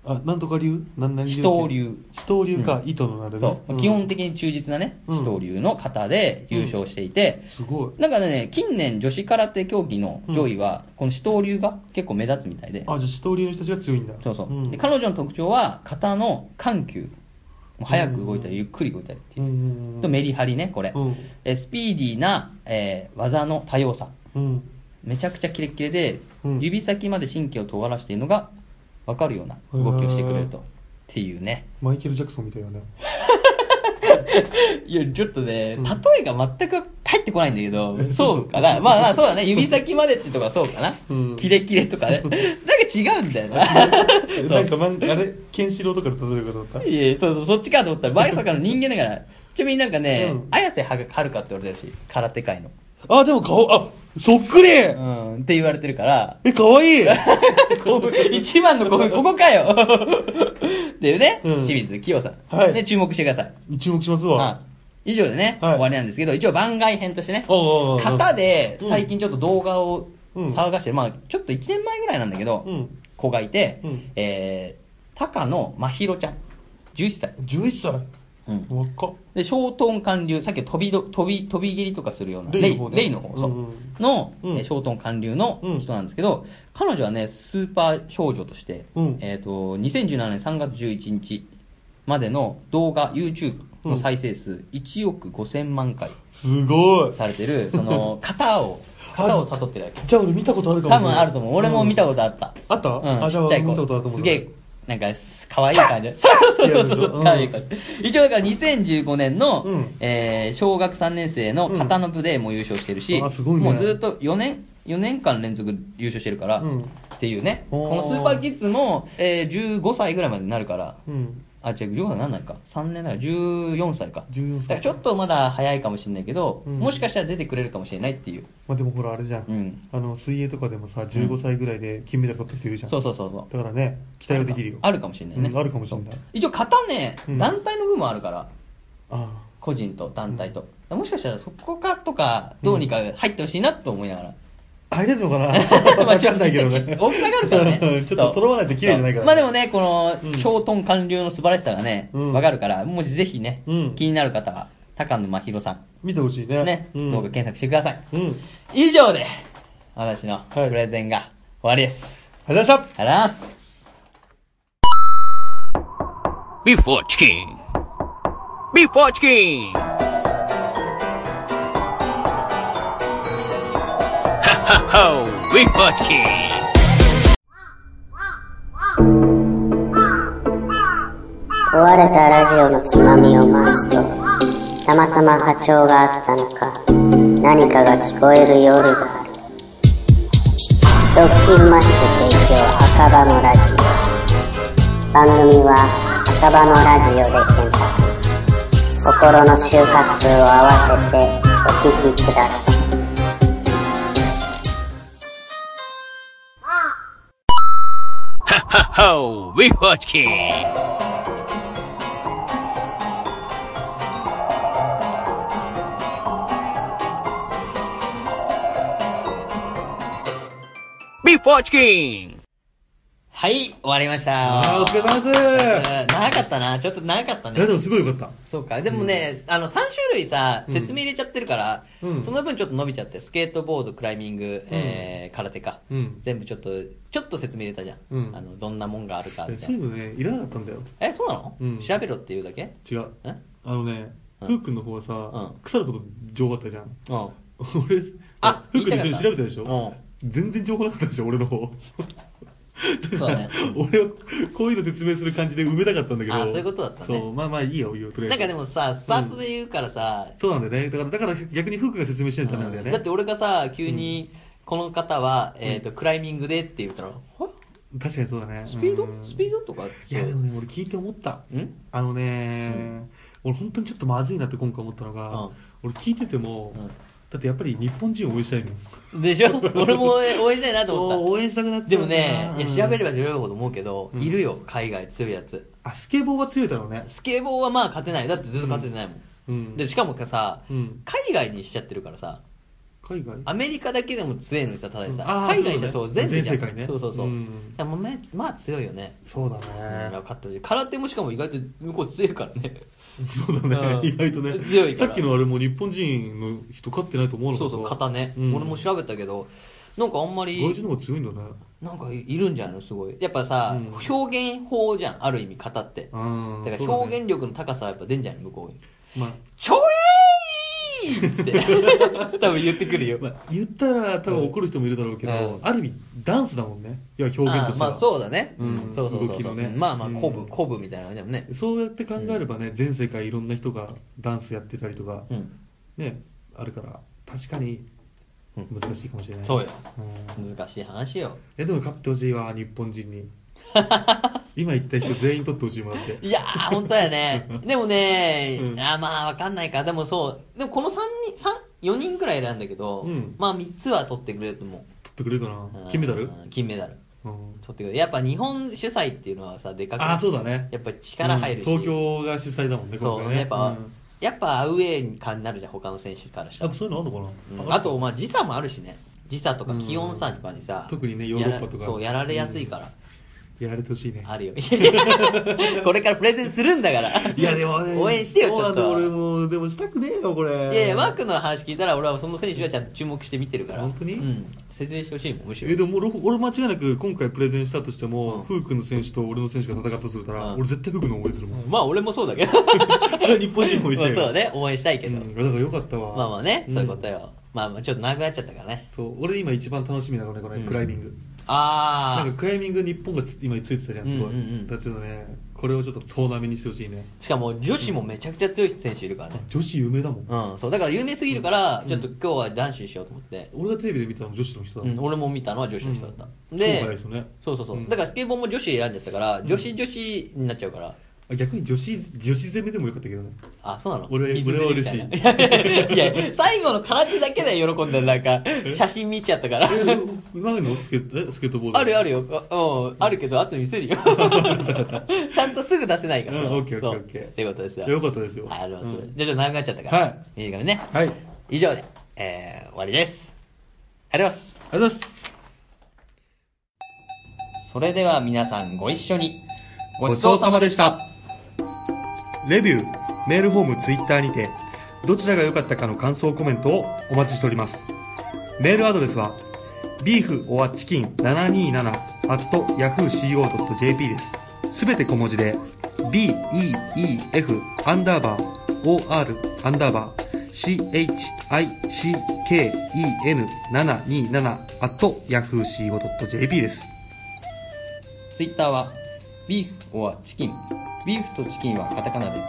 Speaker 2: あ、なんとか流何々流
Speaker 3: 死闘流。
Speaker 2: 死闘流か、糸のなるね。
Speaker 3: そう。
Speaker 2: ん
Speaker 3: 基本的に忠実なね、
Speaker 2: うん
Speaker 3: 死闘流の方で優勝していて、
Speaker 2: すごい。
Speaker 3: なんかね、近年女子空手競技の上位は、この死闘流が結構目立つみたいで、
Speaker 2: あ、じゃあ死闘流の人たちが強いんだ。
Speaker 3: そうそう、
Speaker 2: ん
Speaker 3: で。彼女の特徴は、型の緩急。もう早く動いたり、ゆっくり動いたりって
Speaker 2: う
Speaker 3: い
Speaker 2: んう
Speaker 3: う。
Speaker 2: んう
Speaker 3: と
Speaker 2: ん。
Speaker 3: メリハリね、これ。
Speaker 2: うん
Speaker 3: でスピーディーな、えー技の多様さ。
Speaker 2: うん。
Speaker 3: めちゃくちゃキレッキレで、
Speaker 2: うん
Speaker 3: 指先まで神経を尖らしているのが分かるような動きをしてくれると。っていうね。
Speaker 2: マイケル・ジャクソンみたいだ (laughs) ね。
Speaker 3: いや、ちょっとね、
Speaker 2: うん
Speaker 3: 例えが全く入ってこないんだけ (laughs) ど、そうかな。まあまあ、そうだね。指先までってとかそうかな。
Speaker 2: うん
Speaker 3: キレキレとか (laughs) ね。なんか違うんだよ (laughs) な。
Speaker 2: え
Speaker 3: そ
Speaker 2: なんかなんか、あれ、ケンシロウとかで例える方だっ
Speaker 3: う。いや、そうそう、そっちかと思ったら、バイソカの人間だ
Speaker 2: (laughs)
Speaker 3: から。ちなみになんかね、
Speaker 2: うん
Speaker 3: 綾瀬はるかって言われてるし、空手界の。
Speaker 2: たあ、でも顔、あ、そっくりえ、
Speaker 3: うん、って言われてるから、 (laughs)
Speaker 2: かわいい
Speaker 3: 興奮一番の興
Speaker 2: (laughs)
Speaker 3: 奮、ここかよっていうね、
Speaker 2: うん
Speaker 3: 清水清さん。
Speaker 2: はい
Speaker 3: ね、注目してください。
Speaker 2: 注目します
Speaker 3: は
Speaker 2: わ。
Speaker 3: い以上でね、
Speaker 2: はい
Speaker 3: 終わりなんですけど、一応番外編としてね、
Speaker 2: おうおうおう
Speaker 3: 型で
Speaker 2: うん
Speaker 3: 最近ちょっと動画を
Speaker 2: うん
Speaker 3: 騒がしてる、まあちょっと1年前ぐらいなんだけど、
Speaker 2: うん
Speaker 3: 子がいて、
Speaker 2: うん
Speaker 3: えー、高野真宙ちゃん、11歳。
Speaker 2: 11歳。
Speaker 3: うん
Speaker 2: 若っ。
Speaker 3: で、小遁貫流、さっき飛びど、飛び、飛び蹴りとかするような、
Speaker 2: レイの方ね
Speaker 3: レイの方、そう。
Speaker 2: うん
Speaker 3: の、
Speaker 2: うん
Speaker 3: えー小遁貫流の人なんですけど、彼女はね、スーパー少女として、
Speaker 2: うん
Speaker 3: えっ、と、2017年3月11日までの動画、YouTube の再生数1億5000万回
Speaker 2: すごい。
Speaker 3: されてる、その、
Speaker 2: (laughs)
Speaker 3: 型を、型をたどってるだけ。
Speaker 2: じゃあ俺見たことあるかも
Speaker 3: 多
Speaker 2: しれない。
Speaker 3: 分あると思う。俺も見たことあった。
Speaker 2: あった
Speaker 3: うん、
Speaker 2: あ、
Speaker 3: ち
Speaker 2: じゃあ
Speaker 3: っちゃい
Speaker 2: 見
Speaker 3: 子
Speaker 2: たことあると思う。
Speaker 3: すげえ、なんか、可愛い
Speaker 2: (laughs)
Speaker 3: 感じ。そうそうそうそうそう、
Speaker 2: うん
Speaker 3: 可愛い感じ。一応、だから2015年の、
Speaker 2: うん
Speaker 3: えー小学3年生の型の部でもう優勝してるし、
Speaker 2: うんあすごいね
Speaker 3: もうずっと4年、4年間連続優勝してるから、
Speaker 2: うん
Speaker 3: っていうね。
Speaker 2: おー
Speaker 3: このスーパーキッズも、えー、15歳ぐらいまでになるから、
Speaker 2: うん。
Speaker 3: あ、違う、15歳になんないか。3年だから14歳か。
Speaker 2: 14歳
Speaker 3: だからちょっとまだ早いかもしれないけど、
Speaker 2: うん
Speaker 3: もしかしたら出てくれるかもしれないっていう。
Speaker 2: まあでもほらあれじゃん。
Speaker 3: うん
Speaker 2: あの、水泳とかでもさ、15歳ぐらいで金メダル取った人いるじゃん。
Speaker 3: そうそうそうそう。
Speaker 2: だからね、期待はできるよ。
Speaker 3: あるかもしれないね
Speaker 2: うんあるかもしれない。
Speaker 3: 一応型ね、
Speaker 2: うん
Speaker 3: 団体の部もあるから
Speaker 2: あ
Speaker 3: 個人と団体と、もしかしたらそこかとかどうにか入ってほしいなと思いながら、
Speaker 2: あ。入れるのかな
Speaker 3: (laughs) まあ
Speaker 2: わ
Speaker 3: ちょっ
Speaker 2: か
Speaker 3: と
Speaker 2: んないけど
Speaker 3: ちっちゃ
Speaker 2: ね
Speaker 3: い。 (laughs) 大きさがあるから
Speaker 2: う
Speaker 3: ね
Speaker 2: ん (laughs) ちょっと揃わないと綺麗じゃないからね
Speaker 3: まあでもねこの
Speaker 2: うん
Speaker 3: 氷豚貫流の素晴らしさがね、
Speaker 2: うん
Speaker 3: わかるからもしぜひね、
Speaker 2: うん
Speaker 3: 気になる方は高野真宙さん
Speaker 2: 見てほしいね。
Speaker 3: ね、
Speaker 2: うん
Speaker 3: 動画検索してください
Speaker 2: うん。ありがとう
Speaker 3: 以上で私の
Speaker 2: はい
Speaker 3: プレゼンが終わりです、
Speaker 2: ございました
Speaker 3: ありがとうございます
Speaker 4: Before chicken. Before chicken. Ha ha ha. Before chicken.
Speaker 7: 壊れたラジオのつまみを回すとたまたま波長があったのか何かが聞こえる夜がある「ドッキンマッシュ提供赤羽のラジオ」番組は赤羽のラジオで検索心の周波数を合わせてお聞きください
Speaker 4: Ha ha ha. Before chicken. Before chicken.
Speaker 3: はい終わりました
Speaker 2: あーお疲れ様です
Speaker 3: うん長かったなちょっと長かった
Speaker 2: いや、で
Speaker 3: ね
Speaker 2: もすごいよかった。
Speaker 3: そうかでもね、あの3種類さ説明入れちゃってるから、
Speaker 2: うん
Speaker 3: その分ちょっと伸びちゃってスケートボードクライミング、えー、空手か、
Speaker 2: うん
Speaker 3: 全部ちょっとちょっと説明入れたじゃん、
Speaker 2: うん
Speaker 3: あのどんなもんがあるかみた
Speaker 2: そう
Speaker 3: い
Speaker 2: い
Speaker 3: な
Speaker 2: うのね、いらなかったんだよ。
Speaker 3: えそうなの、
Speaker 2: うん
Speaker 3: 調べろって言うだけ
Speaker 2: 違う。 (laughs)
Speaker 3: え
Speaker 2: あのね、
Speaker 3: う
Speaker 2: ふ
Speaker 3: ん
Speaker 2: ーくんの方はさ
Speaker 3: うん、
Speaker 2: 腐るほど情報あったじゃん。
Speaker 3: う
Speaker 2: (laughs)
Speaker 3: ん
Speaker 2: 俺、
Speaker 3: あ
Speaker 2: ふーくんと一緒
Speaker 3: 言い
Speaker 2: に
Speaker 3: たかった
Speaker 2: 調べたでしょ全然情報なかったでしょ、俺の方。
Speaker 3: そうだね
Speaker 2: (laughs) 俺はこういうの説明する感じで埋めたかったんだけど。
Speaker 3: あそういうことだったね
Speaker 2: そう、まあまあいいよ、いいよ、とりあ
Speaker 3: な
Speaker 2: え
Speaker 3: ん
Speaker 2: ず。
Speaker 3: かでもさスタートで言うからさ、
Speaker 2: そうなんだよね。だから、だから逆にフークが説明しないとダメなんだよね。
Speaker 3: だって俺がさ急に、この方は、えーとクライミングでって言ったら、は
Speaker 2: 確かにそうだね。
Speaker 3: スピード
Speaker 2: うん
Speaker 3: スピードとか
Speaker 2: いや、でもね、俺聞いて思った。
Speaker 3: ん
Speaker 2: あのね、俺本当にちょっとまずいなって今回思ったのが、
Speaker 3: うん
Speaker 2: 俺聞いてても、
Speaker 3: うん
Speaker 2: だってやっぱり日本人を応援したいもん
Speaker 3: でしょ (laughs) 俺も応援したいなと思った。
Speaker 2: そう応援したくなっち
Speaker 3: で
Speaker 2: ゃ
Speaker 3: も
Speaker 2: うな
Speaker 3: ね、いや、調べれ
Speaker 2: ば
Speaker 3: ば調べるほど思うけど、いるよ、海外強いやつ。
Speaker 2: あスケボーは強いだろうね
Speaker 3: スケボーはまあ勝てない。だってずっと勝ててないもん。
Speaker 2: うん
Speaker 3: で、しかもさ、
Speaker 2: うん
Speaker 3: 海外にしちゃってるからさ、
Speaker 2: 海外
Speaker 3: アメリカだけでも強いのにさ、ただでさ、
Speaker 2: うんあー
Speaker 3: 海外にしたらそう、
Speaker 2: そうだ
Speaker 3: 全
Speaker 2: ね
Speaker 3: 部じゃん
Speaker 2: 全世界ね
Speaker 3: そうそうそう。
Speaker 2: うん
Speaker 3: だからまあ、まあ強いよね。
Speaker 2: そうだ
Speaker 3: うん
Speaker 2: ね
Speaker 3: 分かってるし空手もしかも意外と向こう強いからね。
Speaker 2: そう
Speaker 3: う
Speaker 2: だ
Speaker 3: ん
Speaker 2: ね意外とね
Speaker 3: 強いか
Speaker 2: さ
Speaker 3: ら
Speaker 2: っきのあれも日本人の人勝ってないと思うの
Speaker 3: そうそう、型ね。
Speaker 2: うん
Speaker 3: 俺も調べたけど、なんかあんま
Speaker 2: 外人
Speaker 3: り、
Speaker 2: の方が強いんだね
Speaker 3: なんかいるんじゃないのすごい。やっぱさ、
Speaker 2: うん
Speaker 3: 表現法じゃん、ある意味、型って。
Speaker 2: あ
Speaker 3: だから表現力の高さはやっぱ出んじゃん、向こうに。
Speaker 2: まあ
Speaker 3: ちょえーいっつって、 (laughs) 多分言ってくるよ。
Speaker 2: まあ、言ったら多分怒る人もいるだろうけど、
Speaker 3: う
Speaker 2: ある意味ダンスだもんねいや表現として
Speaker 3: あ
Speaker 2: は
Speaker 3: まあそうだね。
Speaker 2: うん
Speaker 3: そうそうそうそう
Speaker 2: 動きのね
Speaker 3: まあまあ、
Speaker 2: うん
Speaker 3: 鼓舞、鼓舞みたいなのでもね。
Speaker 2: そうやって考えればね、全世界いろんな人がダンスやってたりとか、
Speaker 3: うん。
Speaker 2: ねあるから確かに
Speaker 3: うん
Speaker 2: 難しいかもしれない、
Speaker 3: そうよ。
Speaker 2: うんい
Speaker 3: 難しい話よ。
Speaker 2: やでも勝ってほしいわ日本
Speaker 3: (laughs)
Speaker 2: 人に今言った人全員取ってほしいもらって
Speaker 3: いやー、本当やね。でもね、
Speaker 2: うん
Speaker 3: あーまあ、わかんないか。でもそう、でもこの3人、三4人くらい選んだけど、
Speaker 2: うん
Speaker 3: まあ3つは取ってくれると思
Speaker 2: 取ってくれるか
Speaker 3: う。う
Speaker 2: なん金メダル、
Speaker 3: うん金メダル。
Speaker 2: うん、
Speaker 3: 取ってくれる。やっぱ日本主催っていうのはさ、でかく
Speaker 2: ああそうだね
Speaker 3: やっぱ力入るし。
Speaker 2: うん東京が主催だもんね
Speaker 3: そ
Speaker 2: 今
Speaker 3: う、
Speaker 2: 回ね
Speaker 3: やっぱ、
Speaker 2: うん
Speaker 3: やっぱアウェー感になるじゃん、他の選手からした
Speaker 2: や
Speaker 3: ら
Speaker 2: っぱ。そういうのあるのか
Speaker 3: う
Speaker 2: な、
Speaker 3: んあと、まあ時差もあるしね。時差とか気温差とかにさ
Speaker 2: う、ん特にねヨーロッパとか
Speaker 3: やらそう、やられやすいから。
Speaker 2: やられてほしいね
Speaker 3: あるよ。 (laughs) これからプレゼンするんだから。
Speaker 2: いやでもね
Speaker 3: 応援してよ、ち
Speaker 2: そう
Speaker 3: ょ
Speaker 2: な
Speaker 3: っ
Speaker 2: んだ
Speaker 3: と。
Speaker 2: 俺もうでもしたくねえよこれ
Speaker 3: いやいや、マークの話聞いたら、俺はその選手がちゃんと注目して見てるから。
Speaker 2: 本当に
Speaker 3: うん。説明してほしいもん、むし
Speaker 2: え
Speaker 3: ろ。
Speaker 2: でも俺俺間違いなく今回プレゼンしたとしても、
Speaker 3: うん
Speaker 2: フー君の選手と俺の選手が戦ったとするか
Speaker 3: う
Speaker 2: ら、
Speaker 3: ん
Speaker 2: 俺絶対フー君の応援するもん、
Speaker 3: (laughs) まあ、俺もそうだけ
Speaker 2: (laughs)
Speaker 3: ど。ま
Speaker 2: あれ日本人も応
Speaker 3: あ
Speaker 2: 援して
Speaker 3: そうね、応援したいけど。
Speaker 2: ん、だからよかったわ
Speaker 3: まあまあね、そういうこと
Speaker 2: よ、
Speaker 3: よ。まあまあ、ちょっと長くなっちゃったからね。
Speaker 2: そう俺今一番楽しみなのがねこれ、
Speaker 3: うん
Speaker 2: クライミング
Speaker 3: あ
Speaker 2: なん
Speaker 3: ー
Speaker 2: か。クライミング日本がつ今ついてたじゃんすごい、
Speaker 3: うんうんうん
Speaker 2: だからちょっとねこれをちょっと総なめにしてほしいね
Speaker 3: しかも、女子もめちゃくちゃ強い選手いるからね。
Speaker 2: 女子有名だもん、
Speaker 3: うん、そう。だから、有名すぎるから、ちょっと今日は男子にしようと思って。
Speaker 2: 俺がテレビで見たの女子の人だ
Speaker 3: う
Speaker 2: もん、
Speaker 3: ん、俺も見たのは女子の人だった。
Speaker 2: うん超速い
Speaker 3: で
Speaker 2: 人、ね
Speaker 3: そうそうそう。
Speaker 2: うん
Speaker 3: だから、スケボーも女子選んじゃったから、女子女子になっちゃうから。
Speaker 2: あ逆に女子女子攻めでもよかったけどね
Speaker 3: あ、そうなの
Speaker 2: 俺
Speaker 3: 水釣りみた
Speaker 2: 俺
Speaker 3: いな (laughs) いやいや、最後の空手だけで喜んでる、なん
Speaker 2: (laughs)
Speaker 3: か、写真見ちゃったから。
Speaker 2: え (laughs) 何のスケえスケートボード
Speaker 3: あるある
Speaker 2: よ
Speaker 3: よ。あうん、あるけど、後で見せるよ。 (laughs) ちゃんとすぐ出せないから。
Speaker 2: うんオッケーオッケー
Speaker 3: そう
Speaker 2: オッケー
Speaker 3: っていうことですよ。
Speaker 2: よかったですよ
Speaker 3: ありがとうございます
Speaker 2: うん
Speaker 3: じゃあ、ちょっと長くなっちゃったから。
Speaker 2: はい
Speaker 3: 短めにね。
Speaker 2: はいありがと
Speaker 3: 以上で、えー、終わりです。ありがとうございます。
Speaker 2: うございます
Speaker 3: それでは皆さんご一緒に。ごちそうさまでした。
Speaker 2: レビュー、メールフォーム、ツイッターにて、どちらが良かったかの感想コメントをお待ちしております。メールアドレスは、beeforchicken727-yahooco.jp です。すべて小文字で、beef アンダーバー or アンダーバー chicken727-yahooco.jp です。
Speaker 3: ツイッターは、ビーフ or チキン。ビーフとチキンはカタカナで、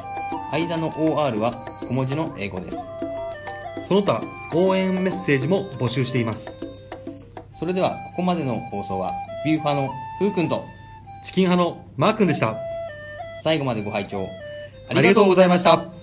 Speaker 3: 間の OR は小文字の英語です。
Speaker 2: その他、応援メッセージも募集しています。
Speaker 3: それでは、ここまでの放送は、ビューファーのふうくんと、
Speaker 2: チキン派のマー君でした。
Speaker 3: 最後までご拝聴
Speaker 2: ありがとうございました。